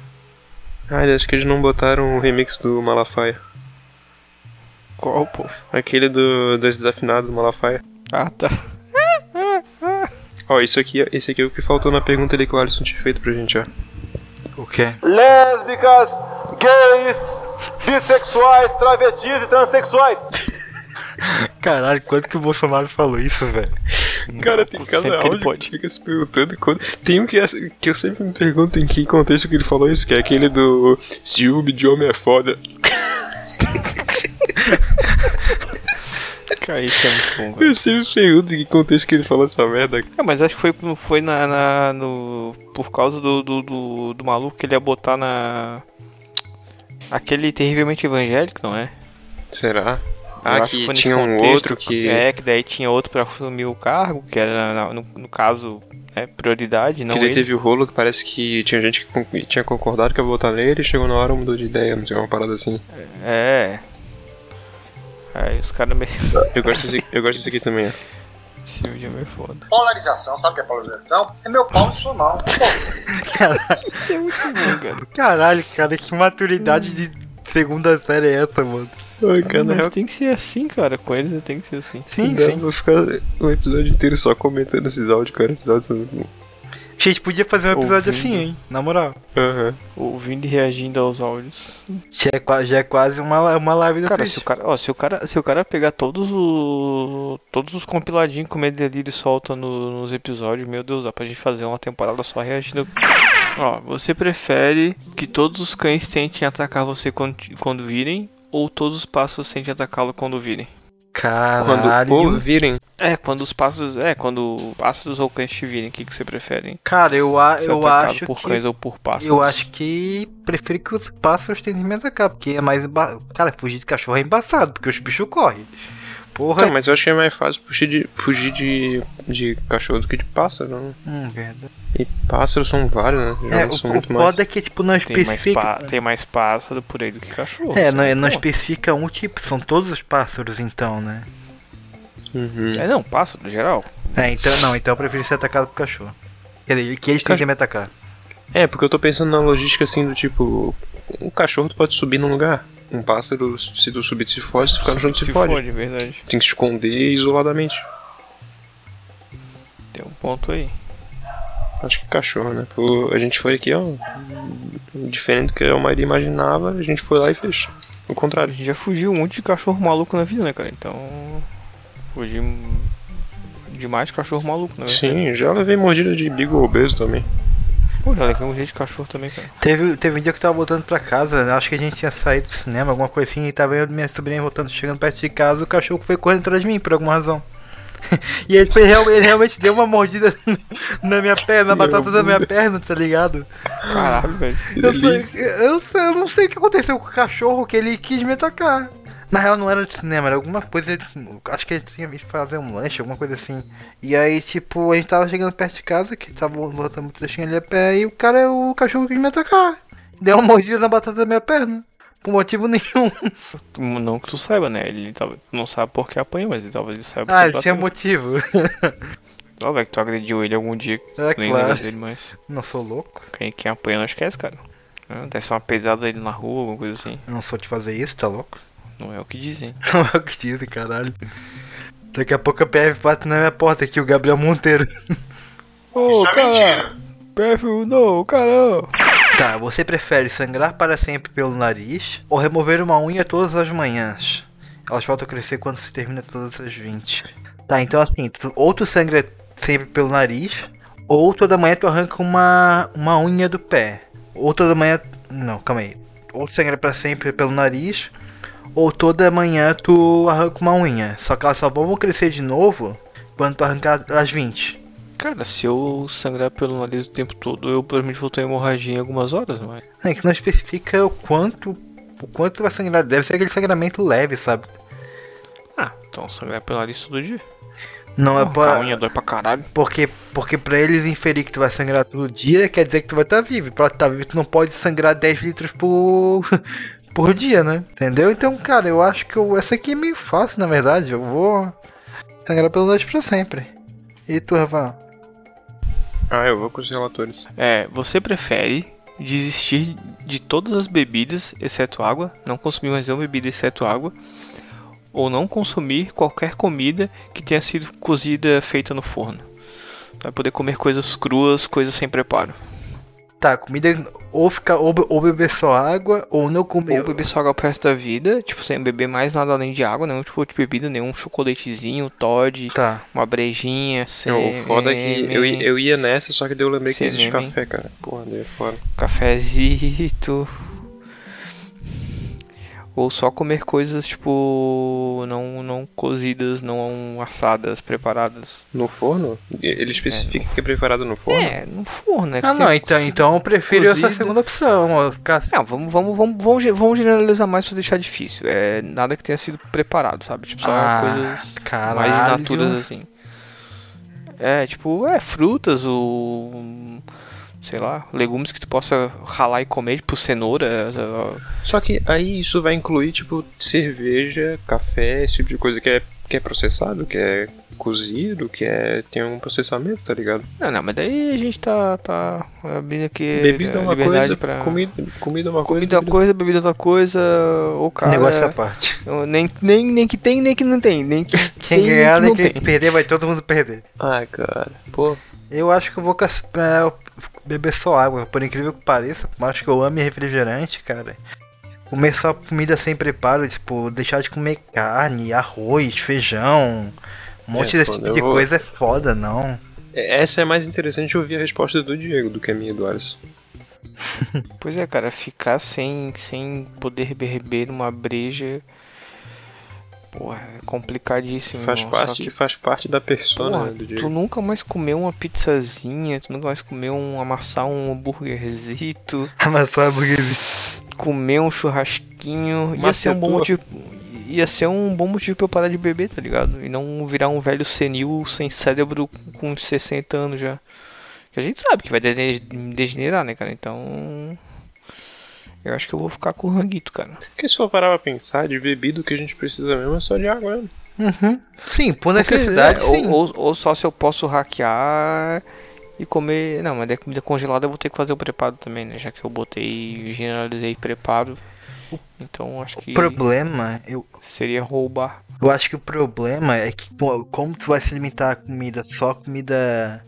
[SPEAKER 6] Ah, acho que eles não botaram o remix do Malafaia.
[SPEAKER 1] Qual, pô?
[SPEAKER 6] Aquele do das desafinadas do Malafaia.
[SPEAKER 1] Ah, tá.
[SPEAKER 6] Ó, isso aqui, esse aqui é o que faltou na pergunta ali que o Alisson tinha feito pra gente, ó.
[SPEAKER 7] O quê?
[SPEAKER 2] Lésbicas, gays, bissexuais, travestis e transexuais.
[SPEAKER 7] Caralho, quanto que o Bolsonaro falou isso, velho?
[SPEAKER 6] Cara, tem
[SPEAKER 1] Sempre
[SPEAKER 6] cada
[SPEAKER 1] que ele
[SPEAKER 6] áudio que a
[SPEAKER 1] pode.
[SPEAKER 6] gente fica se perguntando quando... Tem um que, é- que eu sempre me pergunto em que contexto que ele falou isso, que é aquele do ciúme de homem é foda.
[SPEAKER 1] Cara, isso é muito bom, velho.
[SPEAKER 6] Eu sempre me pergunto em que contexto que ele falou essa merda.
[SPEAKER 1] É, mas acho que foi, foi na, na- no, por causa do, do, do, do maluco que ele ia botar na. Aquele terrivelmente evangélico, não é?
[SPEAKER 6] Será?
[SPEAKER 1] Eu
[SPEAKER 6] Ah,
[SPEAKER 1] acho
[SPEAKER 6] que
[SPEAKER 1] foi nesse
[SPEAKER 6] tinha um
[SPEAKER 1] contexto,
[SPEAKER 6] outro que...
[SPEAKER 1] É, que daí tinha outro pra assumir o cargo, que era, na- no, no caso, é, prioridade, não
[SPEAKER 6] que ele
[SPEAKER 1] ele.
[SPEAKER 6] teve o rolo que parece que tinha gente que con- tinha concordado que ia votar nele e chegou na hora mudou de ideia, não sei, uma parada assim.
[SPEAKER 1] É. Aí os caras meio.
[SPEAKER 6] Eu gosto desse, eu gosto desse aqui também, ó.
[SPEAKER 1] Esse vídeo é meio foda.
[SPEAKER 2] Polarização, sabe o que é polarização? É meu pau na sua mão.
[SPEAKER 1] Isso é muito bom, cara.
[SPEAKER 7] Caralho, cara, que maturidade de segunda série é essa, mano?
[SPEAKER 6] Ai, cara, na
[SPEAKER 1] Mas
[SPEAKER 6] real,
[SPEAKER 1] tem que ser assim, cara. Com eles tem que ser assim.
[SPEAKER 7] Sim,
[SPEAKER 6] dá
[SPEAKER 7] sim.
[SPEAKER 6] pra ficar o episódio inteiro só comentando esses áudios, cara. Esses áudios são muito bons.
[SPEAKER 7] A gente podia fazer um episódio
[SPEAKER 1] Ouvindo.
[SPEAKER 7] assim, hein? Na moral.
[SPEAKER 6] Aham.
[SPEAKER 1] Ouvindo e reagindo aos áudios.
[SPEAKER 7] Já é, qua- já é quase uma, uma live da
[SPEAKER 1] Cara,
[SPEAKER 7] Twitch.
[SPEAKER 1] se o cara, ó, se o cara, se o cara pegar todos os todos os compiladinhos que o Medelírio solta no- nos episódios, meu Deus, dá pra gente fazer uma temporada só reagindo. Ó, você prefere que todos os cães tentem atacar você quando, te- quando virem ou todos os pássaros tentem atacá-lo quando virem?
[SPEAKER 7] Caralho. um- Tá.
[SPEAKER 6] Quando ouvirem,
[SPEAKER 1] É, quando os pássaros, é, quando pássaros ou cães te virem, o que que você prefere? hein?
[SPEAKER 7] Cara, eu, a,
[SPEAKER 1] Ser
[SPEAKER 7] Ah, eu
[SPEAKER 1] atacado
[SPEAKER 7] acho
[SPEAKER 1] por
[SPEAKER 7] que.
[SPEAKER 1] cães ou por pássaros?
[SPEAKER 7] Eu acho que prefiro que os pássaros tentem me atacar, porque é mais emba... Cara, fugir de cachorro é embaçado, porque os bichos correm. Porra.
[SPEAKER 6] Tá, mas eu acho que é mais fácil fugir de, fugir de, de cachorro do que de pássaro, né?
[SPEAKER 7] Hum, verdade.
[SPEAKER 6] E pássaros são vários, né? Já
[SPEAKER 7] É,
[SPEAKER 6] não
[SPEAKER 7] o,
[SPEAKER 6] são
[SPEAKER 7] o
[SPEAKER 6] muito mais.
[SPEAKER 7] foda é que, tipo, não
[SPEAKER 1] tem mais,
[SPEAKER 7] especifica.
[SPEAKER 1] pá- tem mais pássaro por aí do que cachorro.
[SPEAKER 7] É, não, não
[SPEAKER 1] Pô.
[SPEAKER 7] especifica um tipo, são todos os pássaros então, né?
[SPEAKER 6] Uhum.
[SPEAKER 1] É não, pássaro no geral.
[SPEAKER 7] É, então não, então eu prefiro ser atacado por cachorro. Quer dizer, que eles
[SPEAKER 6] Cach-
[SPEAKER 7] tentem me atacar.
[SPEAKER 6] É, porque eu tô pensando na logística assim do tipo. Um cachorro tu pode subir num lugar. Um pássaro, se tu subir, tu se foge, se ficar no chão, tu se,
[SPEAKER 1] se
[SPEAKER 6] foge.
[SPEAKER 1] for de verdade.
[SPEAKER 6] Tem que se esconder isoladamente.
[SPEAKER 1] Tem um ponto aí.
[SPEAKER 6] Acho que cachorro, né? O- a gente foi aqui, ó. Diferente do que a maioria imaginava, a gente foi lá e fez. O
[SPEAKER 1] A
[SPEAKER 6] contrário.
[SPEAKER 1] gente já fugiu um monte de cachorro maluco na vida, né, cara? Então. Fugi demais de cachorro maluco, né?
[SPEAKER 6] Sim, já levei mordida de bigo obeso também.
[SPEAKER 1] Pô, já levei um jeito de cachorro também, cara.
[SPEAKER 7] Teve, teve um dia que eu tava voltando pra casa, acho que a gente tinha saído do cinema, alguma coisa assim, e tava eu e minha sobrinha voltando, chegando perto de casa, o cachorro foi correndo atrás de mim, por alguma razão. e ele, foi real- ele realmente deu uma mordida na minha perna, na batata da minha perna, tá ligado?
[SPEAKER 1] Caralho, velho.
[SPEAKER 7] Eu, sei, eu, sei- eu não sei o que aconteceu com o cachorro que ele quis me atacar. Na real, não era de cinema, era alguma coisa. Acho que ele tinha visto fazer um lanche, alguma coisa assim. E aí, tipo, a gente tava chegando perto de casa, que tava voltando um trechinho ali a pé, e o cara, o cachorro quis me atacar. Deu uma mordida na batata da minha perna. Por motivo nenhum.
[SPEAKER 1] Não que tu saiba, né? Ele talvez não sabe por que apanhou, mas ele talvez ele saiba
[SPEAKER 7] Ah,
[SPEAKER 1] por
[SPEAKER 7] ele
[SPEAKER 1] que
[SPEAKER 7] tinha
[SPEAKER 1] apanhou.
[SPEAKER 7] motivo.
[SPEAKER 1] Ó, velho, que tu agrediu ele algum dia.
[SPEAKER 7] É
[SPEAKER 1] nem
[SPEAKER 7] claro.
[SPEAKER 1] lembra dele, mas
[SPEAKER 7] Não sou louco.
[SPEAKER 1] quem, quem apanha não esquece, cara. Ah, Deve ser uma pesada dele na rua, alguma coisa assim.
[SPEAKER 7] Eu não sou de fazer isso, tá louco?
[SPEAKER 1] Não é o que dizem.
[SPEAKER 7] Não é o que dizem, caralho. Daqui a pouco a PF bate na minha porta aqui, o Gabriel Monteiro.
[SPEAKER 1] Ô,
[SPEAKER 2] Isso é mentira.
[SPEAKER 1] Perfil, não, caramba.
[SPEAKER 7] Tá, você prefere sangrar para sempre pelo nariz ou remover uma unha todas as manhãs? Elas voltam a crescer quando se termina todas as 20. Tá, então assim, tu, ou tu sangra sempre pelo nariz, ou toda manhã tu arranca uma, uma unha do pé. Ou toda manhã. Não, calma aí. Ou tu sangra para sempre pelo nariz, ou toda manhã tu arranca uma unha. Só que elas só vão crescer de novo quando tu arrancar as 20.
[SPEAKER 1] Cara, se eu sangrar pelo nariz o tempo todo, eu provavelmente vou ter hemorragia em algumas horas, mas.
[SPEAKER 7] É que não especifica o quanto. O quanto vai sangrar. Deve ser aquele sangramento leve, sabe?
[SPEAKER 1] Ah, então sangrar pelo nariz todo dia.
[SPEAKER 7] Não é
[SPEAKER 1] Arrancar
[SPEAKER 7] pra,
[SPEAKER 1] A unha dói pra caralho.
[SPEAKER 7] porque porque pra eles inferir que tu vai sangrar todo dia, quer dizer que tu vai estar vivo. Pra estar vivo, tu não pode sangrar 10 litros por por dia, né? Entendeu? Então, cara, eu acho que eu, essa aqui é meio fácil, na verdade. Eu vou sangrar pelo noite pra sempre. E tu, Rafa?
[SPEAKER 6] Ah, eu vou com os relatores.
[SPEAKER 1] É, você prefere desistir de todas as bebidas, exceto água, não consumir mais nenhuma bebida exceto água, ou não consumir qualquer comida que tenha sido cozida feita no forno. Vai poder comer coisas cruas, coisas sem preparo.
[SPEAKER 7] Tá, comida ou ficar ou, be- ou beber só água ou não comer.
[SPEAKER 1] Ou beber só água pro resto da vida, tipo, sem beber mais nada além de água, nenhum tipo de bebida, nenhum chocolatezinho, todd,
[SPEAKER 7] Tá.
[SPEAKER 1] uma brejinha, sem
[SPEAKER 6] Não, o foda é que eu, i- eu ia nessa, só que daí eu lembrei que existe
[SPEAKER 1] Cinema, hein?
[SPEAKER 6] café, cara. Porra, daí é foda.
[SPEAKER 1] cafezito. Ou só comer coisas tipo não não cozidas, não assadas, preparadas.
[SPEAKER 6] No forno? E- Ele especifica que é preparado no forno?
[SPEAKER 1] É, não forno, né?
[SPEAKER 7] Ah,
[SPEAKER 1] Porque-
[SPEAKER 7] não, então, então eu prefiro essa
[SPEAKER 1] cozida.
[SPEAKER 7] segunda opção. ó, Ficar
[SPEAKER 1] Não, vamos, vamos, vamos, vamos, ge- vamos generalizar mais pra deixar difícil. É nada que tenha sido preparado, sabe? Tipo, só
[SPEAKER 7] Ah,
[SPEAKER 1] coisas
[SPEAKER 7] caralho.
[SPEAKER 1] mais naturas assim. É, tipo, é frutas, o. sei lá, legumes que tu possa ralar e comer, tipo cenoura, essa-
[SPEAKER 6] Só que aí isso vai incluir, tipo, cerveja, café, esse tipo de coisa que é, que é processado, que é cozido, que é tem algum processamento, tá ligado?
[SPEAKER 1] Não, não, mas daí a gente tá, tá abrindo aqui
[SPEAKER 6] Bebida é uma coisa,
[SPEAKER 1] liberdade pra...
[SPEAKER 6] comida, comida é uma coisa.
[SPEAKER 1] Comida é uma coisa, bebida é outra coisa, ou cara... é,
[SPEAKER 7] negócio à parte.
[SPEAKER 1] nem, nem, nem que tem, nem que não tem, nem que
[SPEAKER 7] Quem
[SPEAKER 1] tem,
[SPEAKER 7] ganhar,
[SPEAKER 1] nem
[SPEAKER 7] nem
[SPEAKER 1] que não
[SPEAKER 7] quem
[SPEAKER 1] tem.
[SPEAKER 7] perder, vai todo mundo perder.
[SPEAKER 6] Ai, cara. Pô,
[SPEAKER 7] Eu acho que eu vou cas- pra- beber só água, por incrível que pareça. por mais que eu ame refrigerante, cara. Comer só comida sem preparo, tipo, deixar de comer carne, arroz, feijão, um monte
[SPEAKER 6] É,
[SPEAKER 7] desse
[SPEAKER 6] foda,
[SPEAKER 7] tipo de
[SPEAKER 6] eu vou-
[SPEAKER 7] coisa é foda, não.
[SPEAKER 6] é- essa é mais interessante ouvir a resposta do Diego do que a minha do Alisson.
[SPEAKER 1] Pois é, cara, ficar sem, sem poder beber uma breja... Porra, é complicadíssimo.
[SPEAKER 6] Faz,
[SPEAKER 1] irmão, só
[SPEAKER 6] parte, faz parte da persona né,
[SPEAKER 1] Porra,
[SPEAKER 6] do
[SPEAKER 1] tu
[SPEAKER 6] Diego.
[SPEAKER 1] nunca mais comeu uma pizzazinha, tu nunca mais comeu um amassar um hambúrguerzito,
[SPEAKER 7] Mas só hambúrguerzinho.
[SPEAKER 1] comer um churrasquinho, ia
[SPEAKER 6] Mas
[SPEAKER 1] ser um bom
[SPEAKER 6] tua-
[SPEAKER 1] motivo. Ia ser um bom motivo pra eu parar de beber, tá ligado? E não virar um velho senil sem cérebro com uns 60 anos já. Que a gente sabe que vai dene- degenerar, né, cara? Então. Eu acho que eu vou ficar com o ranguito, cara.
[SPEAKER 6] Porque se for parar pra pensar, de bebida o que a gente precisa mesmo é só de água mesmo.
[SPEAKER 7] Uhum. Sim, por
[SPEAKER 1] Porque,
[SPEAKER 7] necessidade,
[SPEAKER 1] é, ou-
[SPEAKER 7] sim.
[SPEAKER 1] Ou, ou só se eu posso hackear e comer. Não, mas da comida congelada eu vou ter que fazer o preparo também, né? Já que eu botei, generalizei preparo. Então acho que
[SPEAKER 7] O problema, eu,
[SPEAKER 1] seria roubar.
[SPEAKER 7] eu acho que o problema é que co- como tu vai se limitar à comida, só comida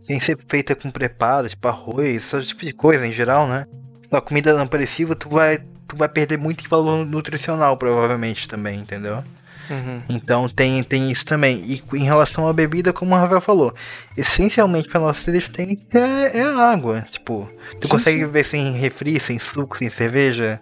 [SPEAKER 7] sem ser feita com preparo, tipo arroz, esse tipo de coisa em geral, né? A comida não perecível, tu vai, tu vai perder muito em valor nutricional, provavelmente, também, entendeu?
[SPEAKER 1] Uhum.
[SPEAKER 7] Então tem, tem isso também. E em relação à bebida, como o Rafael falou, essencialmente para nossa resistência é, é a água. Tipo, tu consegue viver sem refri, sem suco, sem cerveja,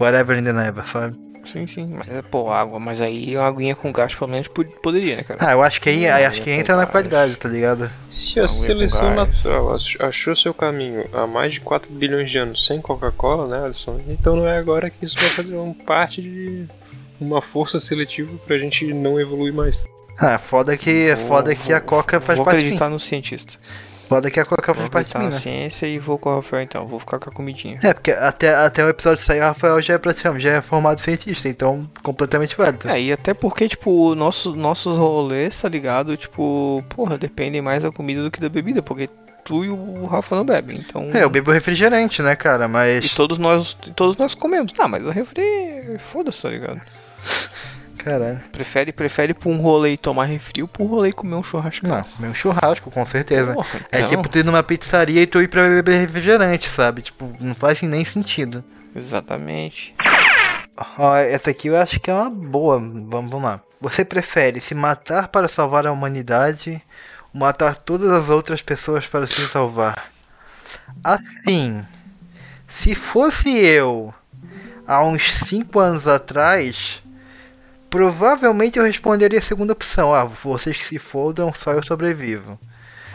[SPEAKER 7] whatever in the never, sabe?
[SPEAKER 1] Sim, sim. Mas, é, pô, água. Mas aí é uma aguinha com gás pelo menos pod- poderia, né, cara?
[SPEAKER 7] Ah, eu acho que aí, aí
[SPEAKER 1] Hum,
[SPEAKER 7] acho que
[SPEAKER 1] é
[SPEAKER 7] entra na
[SPEAKER 1] verdade.
[SPEAKER 7] qualidade, tá ligado?
[SPEAKER 6] Se a
[SPEAKER 1] Não, eu
[SPEAKER 6] seleção
[SPEAKER 1] com gás.
[SPEAKER 6] natural ach- achou seu caminho há mais de 4 bilhões de anos sem Coca-Cola, né, Alisson? Então não é agora que isso vai fazer um parte de uma força seletiva pra gente não evoluir mais.
[SPEAKER 7] Ah, foda que,
[SPEAKER 1] Vou-
[SPEAKER 7] foda que a
[SPEAKER 1] vou-
[SPEAKER 7] Coca faz
[SPEAKER 1] vou
[SPEAKER 7] parte de mim.
[SPEAKER 1] acreditar no cientista.
[SPEAKER 7] Foda que a Coca
[SPEAKER 1] Vou
[SPEAKER 7] faz parte de
[SPEAKER 1] acreditar
[SPEAKER 7] mim,
[SPEAKER 1] na
[SPEAKER 7] né?
[SPEAKER 1] ciência e vou com o Rafael então. Vou ficar com a comidinha.
[SPEAKER 7] É, porque até, até o episódio sair, o Rafael já é, praticamente- já é formado cientista, então completamente válido.
[SPEAKER 1] É, e até porque, tipo, o nosso, nossos rolês, tá ligado? Tipo, porra, dependem mais da comida do que da bebida, porque tu e o Rafa não bebem, então...
[SPEAKER 7] É, eu bebo refrigerante, né, cara?
[SPEAKER 1] E
[SPEAKER 7] Mas.
[SPEAKER 1] todos nós, todos nós comemos. Ah, mas o refri, foda-se, tá ligado?
[SPEAKER 7] Caralho.
[SPEAKER 1] Prefere, prefere pra um rolê tomar refri ou pra um rolê comer um churrasco.
[SPEAKER 7] Não, meu churrasco, com certeza.
[SPEAKER 1] Porra,
[SPEAKER 7] É
[SPEAKER 1] então,
[SPEAKER 7] tipo tu ir numa pizzaria e tu ir pra beber refrigerante, sabe? Tipo, não faz nem sentido.
[SPEAKER 1] Exatamente.
[SPEAKER 7] Ó, essa aqui eu acho que é uma boa. Vamos, vamos lá. Você prefere se matar para salvar a humanidade ou matar todas as outras pessoas para se salvar? Assim, se fosse eu há uns 5 anos atrás, provavelmente eu responderia a segunda opção. Ah, vocês que se fodam, só eu sobrevivo.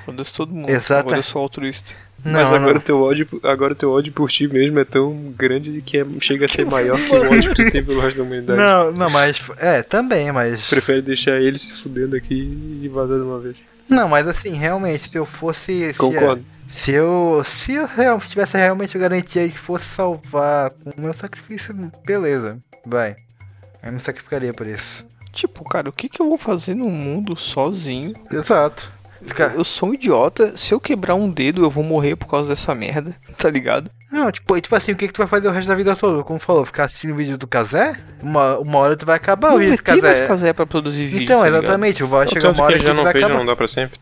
[SPEAKER 1] Foda-se todo mundo.
[SPEAKER 7] Exata-
[SPEAKER 1] Agora eu sou altruísta.
[SPEAKER 6] Mas
[SPEAKER 7] não.
[SPEAKER 6] agora o teu ódio, agora o teu ódio por ti mesmo é tão grande que é- chega a ser maior que o ódio que tu tem pelo resto da humanidade.
[SPEAKER 7] Não, não, mas. É, também, mas.
[SPEAKER 6] Prefere deixar ele se fudendo aqui e vazar de uma vez.
[SPEAKER 7] Não, mas assim, realmente, se eu fosse. se- é,
[SPEAKER 6] Concordo.
[SPEAKER 7] Se eu. Se eu real- se tivesse realmente a garantia de que fosse salvar com o meu sacrifício, beleza. Vai. Eu me sacrificaria por isso.
[SPEAKER 1] Tipo, cara, o que que eu vou fazer no mundo sozinho?
[SPEAKER 7] Exato. Fica-
[SPEAKER 1] Eu sou um idiota. Se eu quebrar um dedo, eu vou morrer por causa dessa merda, tá ligado?
[SPEAKER 7] Não, tipo, tipo assim, o que, que tu vai fazer o resto da vida toda? Como falou, ficar assistindo vídeo do Casé? Uma, uma hora tu vai acabar o
[SPEAKER 1] não
[SPEAKER 7] vídeo do
[SPEAKER 1] vai ter mais
[SPEAKER 7] Casé.
[SPEAKER 1] casé pra produzir vídeo.
[SPEAKER 7] Então,
[SPEAKER 1] tá ligado?
[SPEAKER 7] exatamente, vai chegar
[SPEAKER 6] Tanto
[SPEAKER 7] uma hora
[SPEAKER 6] que
[SPEAKER 7] que
[SPEAKER 6] já
[SPEAKER 7] tu
[SPEAKER 6] não
[SPEAKER 7] vai
[SPEAKER 6] fez, já
[SPEAKER 7] acabar.
[SPEAKER 6] não dá pra sempre.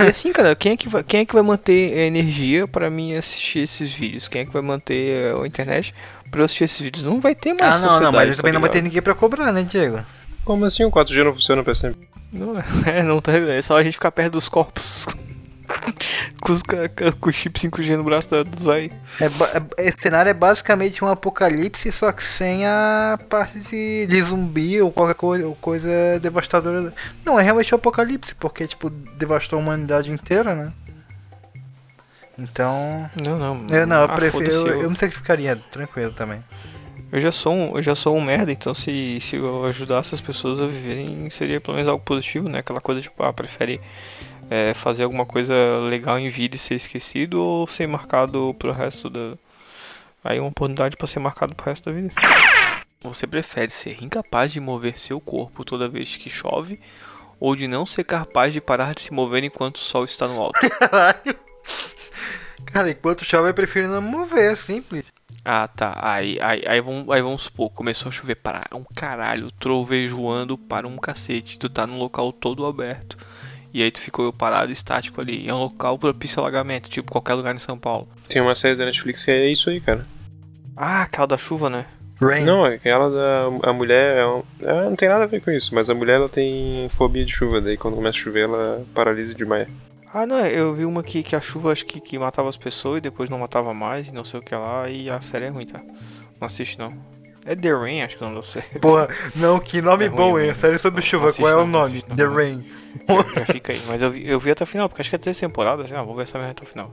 [SPEAKER 1] E assim, cara, quem é que vai, quem é que vai manter a energia pra mim assistir esses vídeos? Quem é que vai manter eh, a internet pra eu assistir esses vídeos? Não vai ter mais
[SPEAKER 7] Ah, não, não,
[SPEAKER 1] sociedade,
[SPEAKER 7] mas
[SPEAKER 1] tá
[SPEAKER 7] também não vai ter
[SPEAKER 1] ligado?
[SPEAKER 7] ninguém pra cobrar, né, Diego?
[SPEAKER 6] Como assim o 4G não funciona pra sempre?
[SPEAKER 1] Não, é, não tá, é só a gente ficar perto dos corpos. com, os, ca- ca- com o chip 5G no braço da, dos aí.
[SPEAKER 7] É, ba- é- esse cenário é basicamente um apocalipse, só que sem a parte de, de zumbi ou qualquer coisa, ou coisa devastadora. Não, é realmente um apocalipse, porque, tipo, devastou a humanidade inteira, né? Então.
[SPEAKER 1] Não, não.
[SPEAKER 7] Eu não, eu
[SPEAKER 1] ah,
[SPEAKER 7] prefiro.
[SPEAKER 1] foda-se,
[SPEAKER 7] Eu,
[SPEAKER 1] Eu,
[SPEAKER 7] eu me sacrificaria, tranquilo também.
[SPEAKER 1] eu já sou um, eu já sou um merda, então se, se eu ajudasse as pessoas a viverem, seria pelo menos algo positivo, né? Aquela coisa tipo, ah, prefere é, fazer alguma coisa legal em vida e ser esquecido ou ser marcado pro resto da. Aí é uma oportunidade pra ser marcado pro resto da vida. Você prefere ser incapaz de mover seu corpo toda vez que chove ou de não ser capaz de parar de se mover enquanto o sol está no alto?
[SPEAKER 7] Caralho! Cara, enquanto chove eu prefiro não mover, é simples.
[SPEAKER 1] ah, tá. Aí, aí, aí, vamos, aí vamos supor, começou a chover para um caralho, trovejoando para um cacete. Tu tá num local todo aberto. E aí tu ficou parado, estático ali. É um local propício a alagamento, tipo qualquer lugar em São Paulo.
[SPEAKER 6] Tem uma série da Netflix que é isso aí, cara.
[SPEAKER 1] Ah, aquela da chuva, né?
[SPEAKER 7] Rain.
[SPEAKER 6] Não, é aquela da. A mulher. é um- ela não tem nada a ver com isso, mas a mulher ela tem fobia de chuva, daí quando começa a chover ela paralisa demais.
[SPEAKER 1] Ah, não, eu vi uma que, que a chuva acho que, que matava as pessoas e depois não matava mais e não sei o que lá. E a série é ruim, tá? Não assiste não. É The Rain, acho que não sei.
[SPEAKER 7] Porra, não, que nome
[SPEAKER 1] É ruim,
[SPEAKER 7] bom,
[SPEAKER 1] é
[SPEAKER 7] hein?
[SPEAKER 1] ruim.
[SPEAKER 7] Série sobre
[SPEAKER 1] Não
[SPEAKER 7] chuva,
[SPEAKER 1] assiste
[SPEAKER 7] qual é
[SPEAKER 1] não,
[SPEAKER 7] o
[SPEAKER 1] não
[SPEAKER 7] nome?
[SPEAKER 1] assiste não.
[SPEAKER 7] The Rain.
[SPEAKER 1] Já fica aí. Mas eu vi, eu vi até o final, porque acho que é três temporadas, sei lá, vou ver essa merda até o final.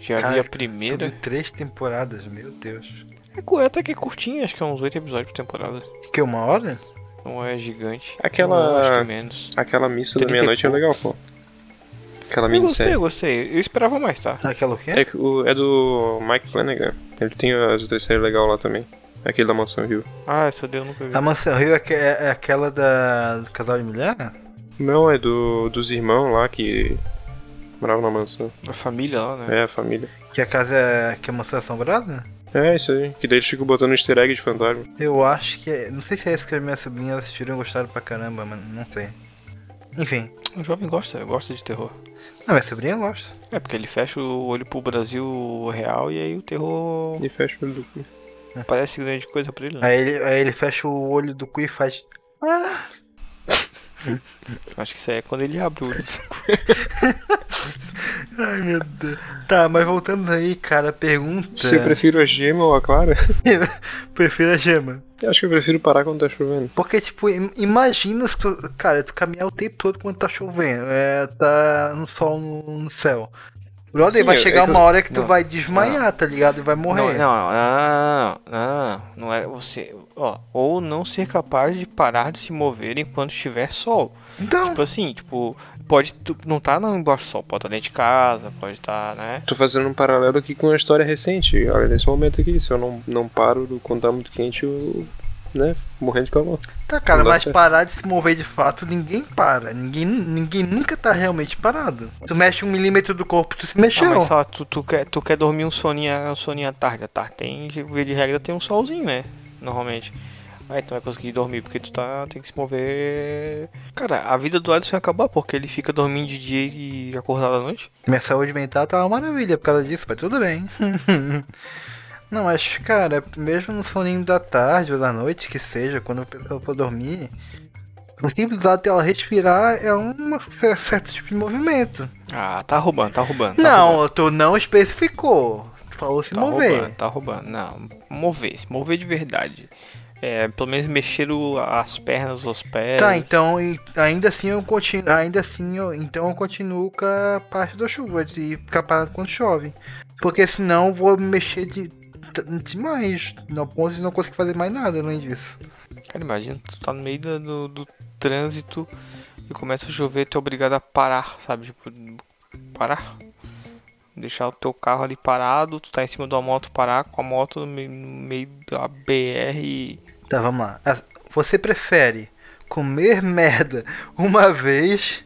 [SPEAKER 1] Já vi
[SPEAKER 7] Caraca,
[SPEAKER 1] a primeira.
[SPEAKER 7] Tudo Três temporadas, meu Deus.
[SPEAKER 1] É cu- até que é curtinha, acho que é uns oito episódios por temporada.
[SPEAKER 7] Que uma hora?
[SPEAKER 1] Não é gigante.
[SPEAKER 6] Aquela-
[SPEAKER 1] Não, acho que menos.
[SPEAKER 6] Aquela missa da
[SPEAKER 1] Trinta e
[SPEAKER 6] meia-noite é legal, pô. Aquela
[SPEAKER 1] Eu gostei,
[SPEAKER 6] minissérie.
[SPEAKER 1] eu gostei. Eu esperava mais, tá?
[SPEAKER 7] Aquela o quê?
[SPEAKER 6] É, que o- é do Mike Flanagan. Ele tem as outras séries legais lá também. Aquele da Mansão Rio.
[SPEAKER 1] Ah, essa deu, eu nunca vi.
[SPEAKER 7] A Mansão Rio é, aque- é- é aquela da, do casal de mulher? né?
[SPEAKER 6] Não, é do dos irmãos lá que moravam na mansão.
[SPEAKER 1] Da família lá, né?
[SPEAKER 6] É, a família.
[SPEAKER 7] Que a casa é, que a mansão é assombrada?
[SPEAKER 6] É isso aí. Que daí eles ficam botando easter egg de fantasma.
[SPEAKER 7] Eu acho que é. Não sei se é esse que as minhas sobrinhas assistiram e gostaram pra caramba, mas não sei. Enfim.
[SPEAKER 1] O jovem gosta, gosta de terror.
[SPEAKER 7] Não, minha sobrinha gosta.
[SPEAKER 1] É, porque ele fecha o olho pro Brasil real e aí o terror
[SPEAKER 6] E fecha o olho do cu.
[SPEAKER 1] parece grande coisa pra ele. né?
[SPEAKER 7] Aí ele, aí ele fecha o olho do cu e faz. Ah!
[SPEAKER 1] Eu acho que isso aí é quando ele abre o olho.
[SPEAKER 7] Ai, meu Deus. Tá, mas voltando aí, cara, a pergunta.
[SPEAKER 6] Se eu prefiro a gema ou a clara?
[SPEAKER 7] Prefiro a gema.
[SPEAKER 6] Eu acho que eu prefiro parar quando tá chovendo.
[SPEAKER 7] Porque, tipo, im- imagina, se tu- cara, tu caminhar o tempo todo quando tá chovendo, é, tá no sol no, no céu. Brother,
[SPEAKER 6] Sim,
[SPEAKER 7] vai
[SPEAKER 6] é-
[SPEAKER 7] chegar
[SPEAKER 6] é que
[SPEAKER 7] uma
[SPEAKER 6] eu-
[SPEAKER 7] hora que tu
[SPEAKER 6] não,
[SPEAKER 7] vai desmaiar, tá ligado? E vai
[SPEAKER 1] Não,
[SPEAKER 7] morrer.
[SPEAKER 1] não, não, não, não, não, não é você, ó, ou não ser capaz de parar de se mover enquanto tiver sol.
[SPEAKER 7] Então,
[SPEAKER 1] Tipo assim, tipo, pode tu não tá na embaixo do sol, pode estar dentro de casa, pode estar, né?
[SPEAKER 6] Tô fazendo um paralelo aqui com uma história recente. Olha, nesse momento aqui, se eu não, não paro do- quando tá muito quente, eu. né? Morrendo de calor.
[SPEAKER 7] tá, cara,
[SPEAKER 6] não dá
[SPEAKER 7] mas
[SPEAKER 6] certo.
[SPEAKER 7] parar de se mover de fato, ninguém para. Ninguém, ninguém nunca tá realmente parado. Tu mexe um milímetro do corpo, tu se
[SPEAKER 1] Ah,
[SPEAKER 7] mexeu.
[SPEAKER 1] mas sei lá, tu, tu, quer, tu quer dormir um soninho, um soninho à tarde, à tarde tem, de via de regra tem um solzinho, né? Normalmente. Aí tu não vai conseguir dormir porque tu tá, tem que se mover. Cara, a vida do Alisson vai acabar porque ele fica dormindo de dia e acordado à noite.
[SPEAKER 7] Minha saúde mental tá uma maravilha por causa disso, mas tudo bem. Não, mas cara, mesmo no soninho da tarde ou da noite, que seja, quando a pessoa for dormir, o simples ato dela respirar é um cer- certo tipo de movimento.
[SPEAKER 1] Ah, tá roubando, tá roubando. tá roubando.
[SPEAKER 7] não, tu não especificou. Tu falou se
[SPEAKER 1] tá
[SPEAKER 7] mover.
[SPEAKER 1] roubando, tá roubando. Não, mover, se mover de verdade. É, pelo menos mexer o- as pernas, os pés.
[SPEAKER 7] Tá, então e ainda assim eu continuo. Ainda assim eu, então eu continuo com a parte da chuva de ficar parado quando chove. Porque senão eu vou mexer de t- demais. Não ponto de não conseguir fazer mais nada além disso.
[SPEAKER 1] Cara, imagina, tu tá no meio da- do, do trânsito e começa a chover, tu é obrigado a parar, sabe? Tipo, parar. Deixar o teu carro ali parado, tu tá em cima de uma moto, parar com a moto no meio, no meio da BR e...
[SPEAKER 7] Tá, vamos lá. Ah, Você prefere comer merda uma vez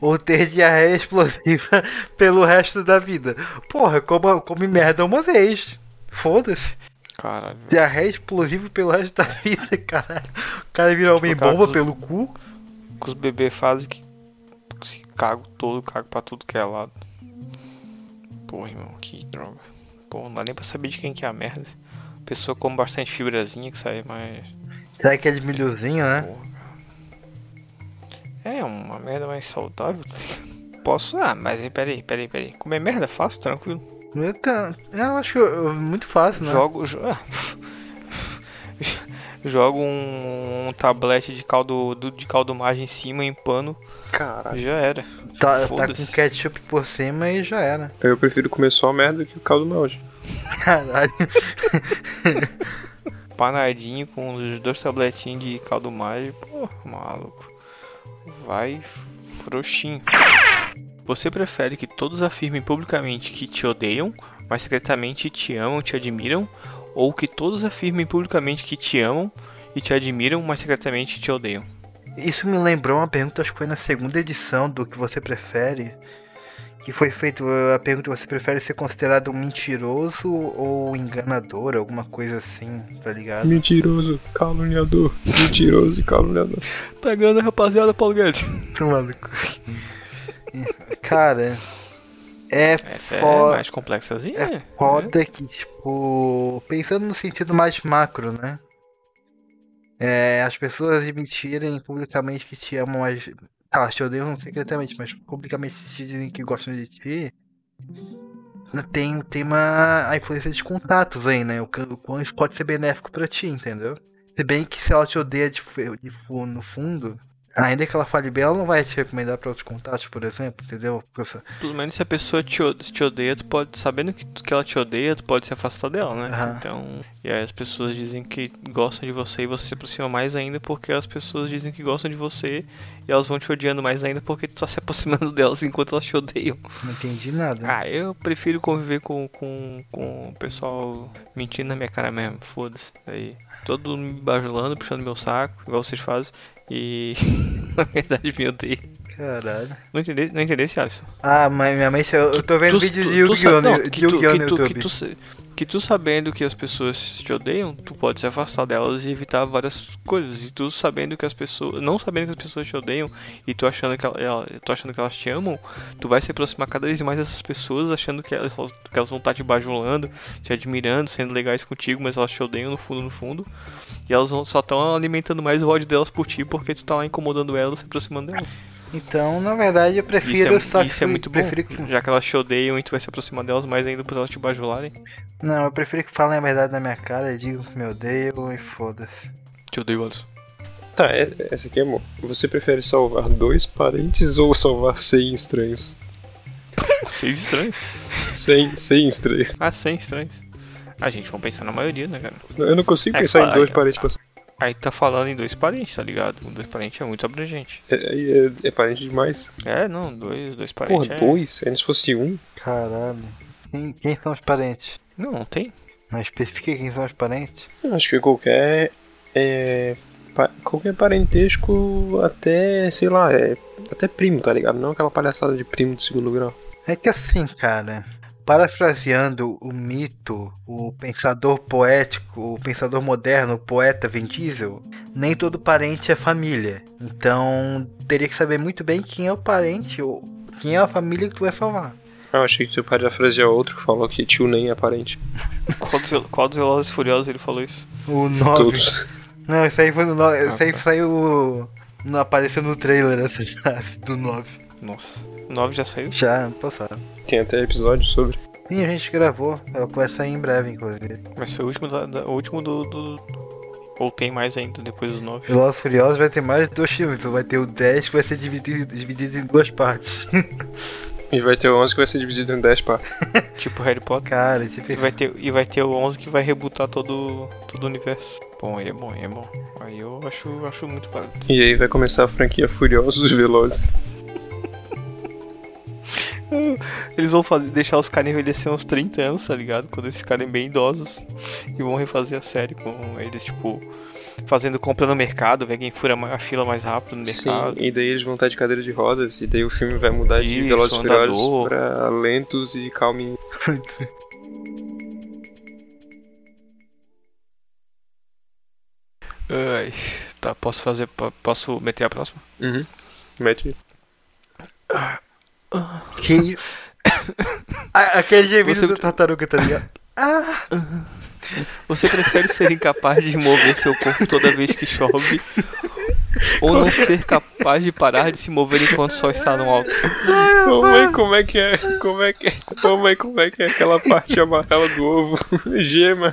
[SPEAKER 7] ou ter diarreia explosiva pelo resto da vida? Porra, coma, come merda uma vez. Foda-se.
[SPEAKER 1] Cara, velho.
[SPEAKER 7] Diarreia explosiva pelo resto da vida, caralho. O cara virou homem
[SPEAKER 1] O cara
[SPEAKER 7] bomba
[SPEAKER 1] dos-
[SPEAKER 7] pelo cu.
[SPEAKER 1] o que os bebês fazem que se cago todo, cago pra tudo que é lado. Porra, irmão, que droga. Pô, não dá nem pra saber de quem que é a merda. A pessoa come bastante fibrazinha que sai mais...
[SPEAKER 7] Será que é de milhozinho, né?
[SPEAKER 1] É uma merda mais saudável. tá ligado? Posso? Ah, mas peraí, peraí, peraí. Comer merda é fácil, tranquilo.
[SPEAKER 7] Eu, tá- eu acho que eu- eu- muito fácil, né?
[SPEAKER 1] Jogo. jo- ah. Jogo um, um tablete de caldo, do- de caldo margem em cima em pano,
[SPEAKER 6] Caralho.
[SPEAKER 1] já era.
[SPEAKER 7] tá, tá
[SPEAKER 1] foda-se.
[SPEAKER 7] com ketchup por cima e já era.
[SPEAKER 6] Eu prefiro comer só merda que o caldo melde.
[SPEAKER 7] Caralho.
[SPEAKER 1] Panadinho com os dois tabletinhos de caldo margem, pô, maluco. Vai frouxinho. Você prefere que todos afirmem publicamente que te odeiam, mas secretamente te amam, te admiram, ou que todos afirmem publicamente que te amam e te admiram, mas secretamente te odeiam?
[SPEAKER 7] Isso me lembrou uma pergunta, acho que foi na segunda edição do que você prefere. Que foi feito a pergunta, você prefere ser considerado um mentiroso ou um enganador, alguma coisa assim, tá ligado?
[SPEAKER 6] Mentiroso, caluniador. Mentiroso e caluniador.
[SPEAKER 1] Pegando a rapaziada, Paulo Guedes.
[SPEAKER 7] Maluco. Cara, é
[SPEAKER 1] Essa é
[SPEAKER 7] foda.
[SPEAKER 1] mais complexazinha.
[SPEAKER 7] é
[SPEAKER 1] né?
[SPEAKER 7] foda que, tipo, pensando no sentido mais macro, né? É, as pessoas admitirem publicamente que te amam, mas. Tá, elas te odeiam não secretamente, mas publicamente te dizem que gostam de ti. Tem, tem uma, a influência de contatos aí, né? O can- o quão isso pode ser benéfico pra ti, entendeu? Se bem que se ela te odeia de, fu- de fu- no fundo, ainda que ela fale bem, ela não vai te recomendar pra outros contatos, por exemplo, entendeu? Porque-
[SPEAKER 1] Pelo menos se a pessoa te, o- se te odeia, tu pode. Sabendo que, tu- que ela te odeia, tu pode se afastar dela, né?
[SPEAKER 7] Aham.
[SPEAKER 1] Então. E aí as pessoas dizem que gostam de você e você se aproxima mais ainda porque as pessoas dizem que gostam de você e elas vão te odiando mais ainda porque tu tá se aproximando delas enquanto elas te odeiam.
[SPEAKER 7] Não entendi nada.
[SPEAKER 1] Ah, eu prefiro conviver com, com, com o pessoal mentindo na minha cara mesmo, foda-se. Aí, todo mundo me bajulando, puxando meu saco, igual vocês fazem, e na verdade me odeia.
[SPEAKER 7] Caralho.
[SPEAKER 1] Não entendi, não entendi esse Alisson.
[SPEAKER 7] Ah, mãe, minha mãe, eu eu tô vendo vídeo
[SPEAKER 1] tu-
[SPEAKER 7] de Yu-Gi-Oh!
[SPEAKER 1] sabe-
[SPEAKER 7] no,
[SPEAKER 1] não,
[SPEAKER 7] de
[SPEAKER 1] que tu-
[SPEAKER 7] Yu-Gi-Oh!
[SPEAKER 1] que
[SPEAKER 7] no
[SPEAKER 1] tu- que
[SPEAKER 7] YouTube.
[SPEAKER 1] tu sa- que tu sabendo que as pessoas te odeiam, tu pode se afastar delas e evitar várias coisas. E tu sabendo que as pessoas, não sabendo que as pessoas te odeiam e tu achando que elas, tu achando que elas te amam, tu vai se aproximar cada vez mais dessas pessoas, achando que elas, que elas vão estar te bajulando, te admirando, sendo legais contigo, mas elas te odeiam no fundo no fundo. E elas vão- só estão alimentando mais o ódio delas por ti porque tu tá lá incomodando elas, se aproximando delas.
[SPEAKER 7] Então, na verdade, eu prefiro
[SPEAKER 1] isso
[SPEAKER 7] só
[SPEAKER 1] é,
[SPEAKER 7] que
[SPEAKER 1] isso é muito bom,
[SPEAKER 7] prefiro que-
[SPEAKER 1] já que elas te odeiam e tu vai se aproximar delas mais ainda por elas te bajularem.
[SPEAKER 7] Não, eu prefiro que falem a verdade na minha cara, digam que me odeiam e foda-se.
[SPEAKER 1] Te odeio, Alisson.
[SPEAKER 6] Tá, é- essa aqui é amor. Você prefere salvar dois parentes ou salvar 100 estranhos?
[SPEAKER 1] Seis estranhos.
[SPEAKER 6] 100, 100 estranhos.
[SPEAKER 1] Ah, 100 estranhos. A gente vamos pensar na maioria, né, cara?
[SPEAKER 6] Eu não consigo
[SPEAKER 1] É
[SPEAKER 6] pensar
[SPEAKER 1] claro,
[SPEAKER 6] em dois
[SPEAKER 1] é
[SPEAKER 6] parentes pra
[SPEAKER 1] Aí tá falando em dois parentes, tá ligado? Dois parentes é muito abrangente.
[SPEAKER 6] É, é- é parente demais.
[SPEAKER 1] É, não, dois, dois parentes.
[SPEAKER 6] Porra,
[SPEAKER 1] é...
[SPEAKER 6] dois? Ainda se fosse um.
[SPEAKER 7] Caralho. Quem, quem são os parentes?
[SPEAKER 1] Não, não tem.
[SPEAKER 7] Não especifica quem são os parentes?
[SPEAKER 6] Eu Acho que qualquer. É, pa- qualquer parentesco, até, sei lá, é, até primo, tá ligado? Não aquela palhaçada de primo de segundo grau.
[SPEAKER 7] É que assim, cara, parafraseando o mito, o pensador poético, o pensador moderno, o poeta Vin Diesel, nem todo parente é família. Então, teria que saber muito bem quem é o parente ou quem é a família que tu vai salvar.
[SPEAKER 6] Ah, eu achei que tu parafrasear outro que falou que tio nem é parente.
[SPEAKER 1] Qual dos, Vel- qual dos Velozes e Furiosos ele falou isso?
[SPEAKER 7] O 9.
[SPEAKER 6] Todos.
[SPEAKER 7] Não, isso aí foi no 9. Isso aí saiu. Não apareceu no trailer essa frase do 9.
[SPEAKER 1] Nossa. O 9 já saiu?
[SPEAKER 7] Já, ano passado.
[SPEAKER 6] Tem até episódio sobre.
[SPEAKER 7] Sim, a gente gravou. Ela Vai sair em breve, inclusive.
[SPEAKER 1] Mas foi o último, da, da- o último do, do. Ou tem mais ainda depois do 9?
[SPEAKER 7] Velozes e Furiosos vai ter mais dois filmes. Então vai ter o 10 que vai ser dividido, dividido em duas partes.
[SPEAKER 6] E vai ter o 11 que vai ser dividido em 10 partes.
[SPEAKER 1] Tipo Harry Potter.
[SPEAKER 7] Cara, esse é
[SPEAKER 1] E
[SPEAKER 7] perfil.
[SPEAKER 1] vai, ter, e vai ter o 11 que vai rebutar todo, todo o universo. Bom, aí é bom, aí é bom. Aí eu acho, acho muito válido.
[SPEAKER 6] E aí vai começar a franquia Furiosos e Velozes.
[SPEAKER 1] Eles vão fazer, deixar os caras envelhecer uns 30 anos, tá ligado? Quando eles ficarem bem idosos. E vão refazer a série com eles, tipo, fazendo compra no mercado, ver quem fura ma- a fila mais rápido no mercado.
[SPEAKER 6] e daí eles vão estar de cadeira de rodas, e daí o filme vai mudar de
[SPEAKER 1] Isso,
[SPEAKER 6] Velozes e Furiosos
[SPEAKER 1] andador.
[SPEAKER 6] pra lentos e calminhos.
[SPEAKER 1] Ai, tá, posso fazer. po- Posso meter a próxima?
[SPEAKER 6] Uhum. Mete.
[SPEAKER 7] Que... Ah, Aquele gemido
[SPEAKER 1] Você-
[SPEAKER 7] do tartaruga, tá ligado?
[SPEAKER 1] Você prefere ser incapaz de mover seu corpo toda vez que chove? Ou não ser capaz de parar de se mover enquanto só está no alto?
[SPEAKER 6] Ô mãe, como é que é? Como é que é? Ô mãe, como é que é aquela parte amarela do ovo? Gema.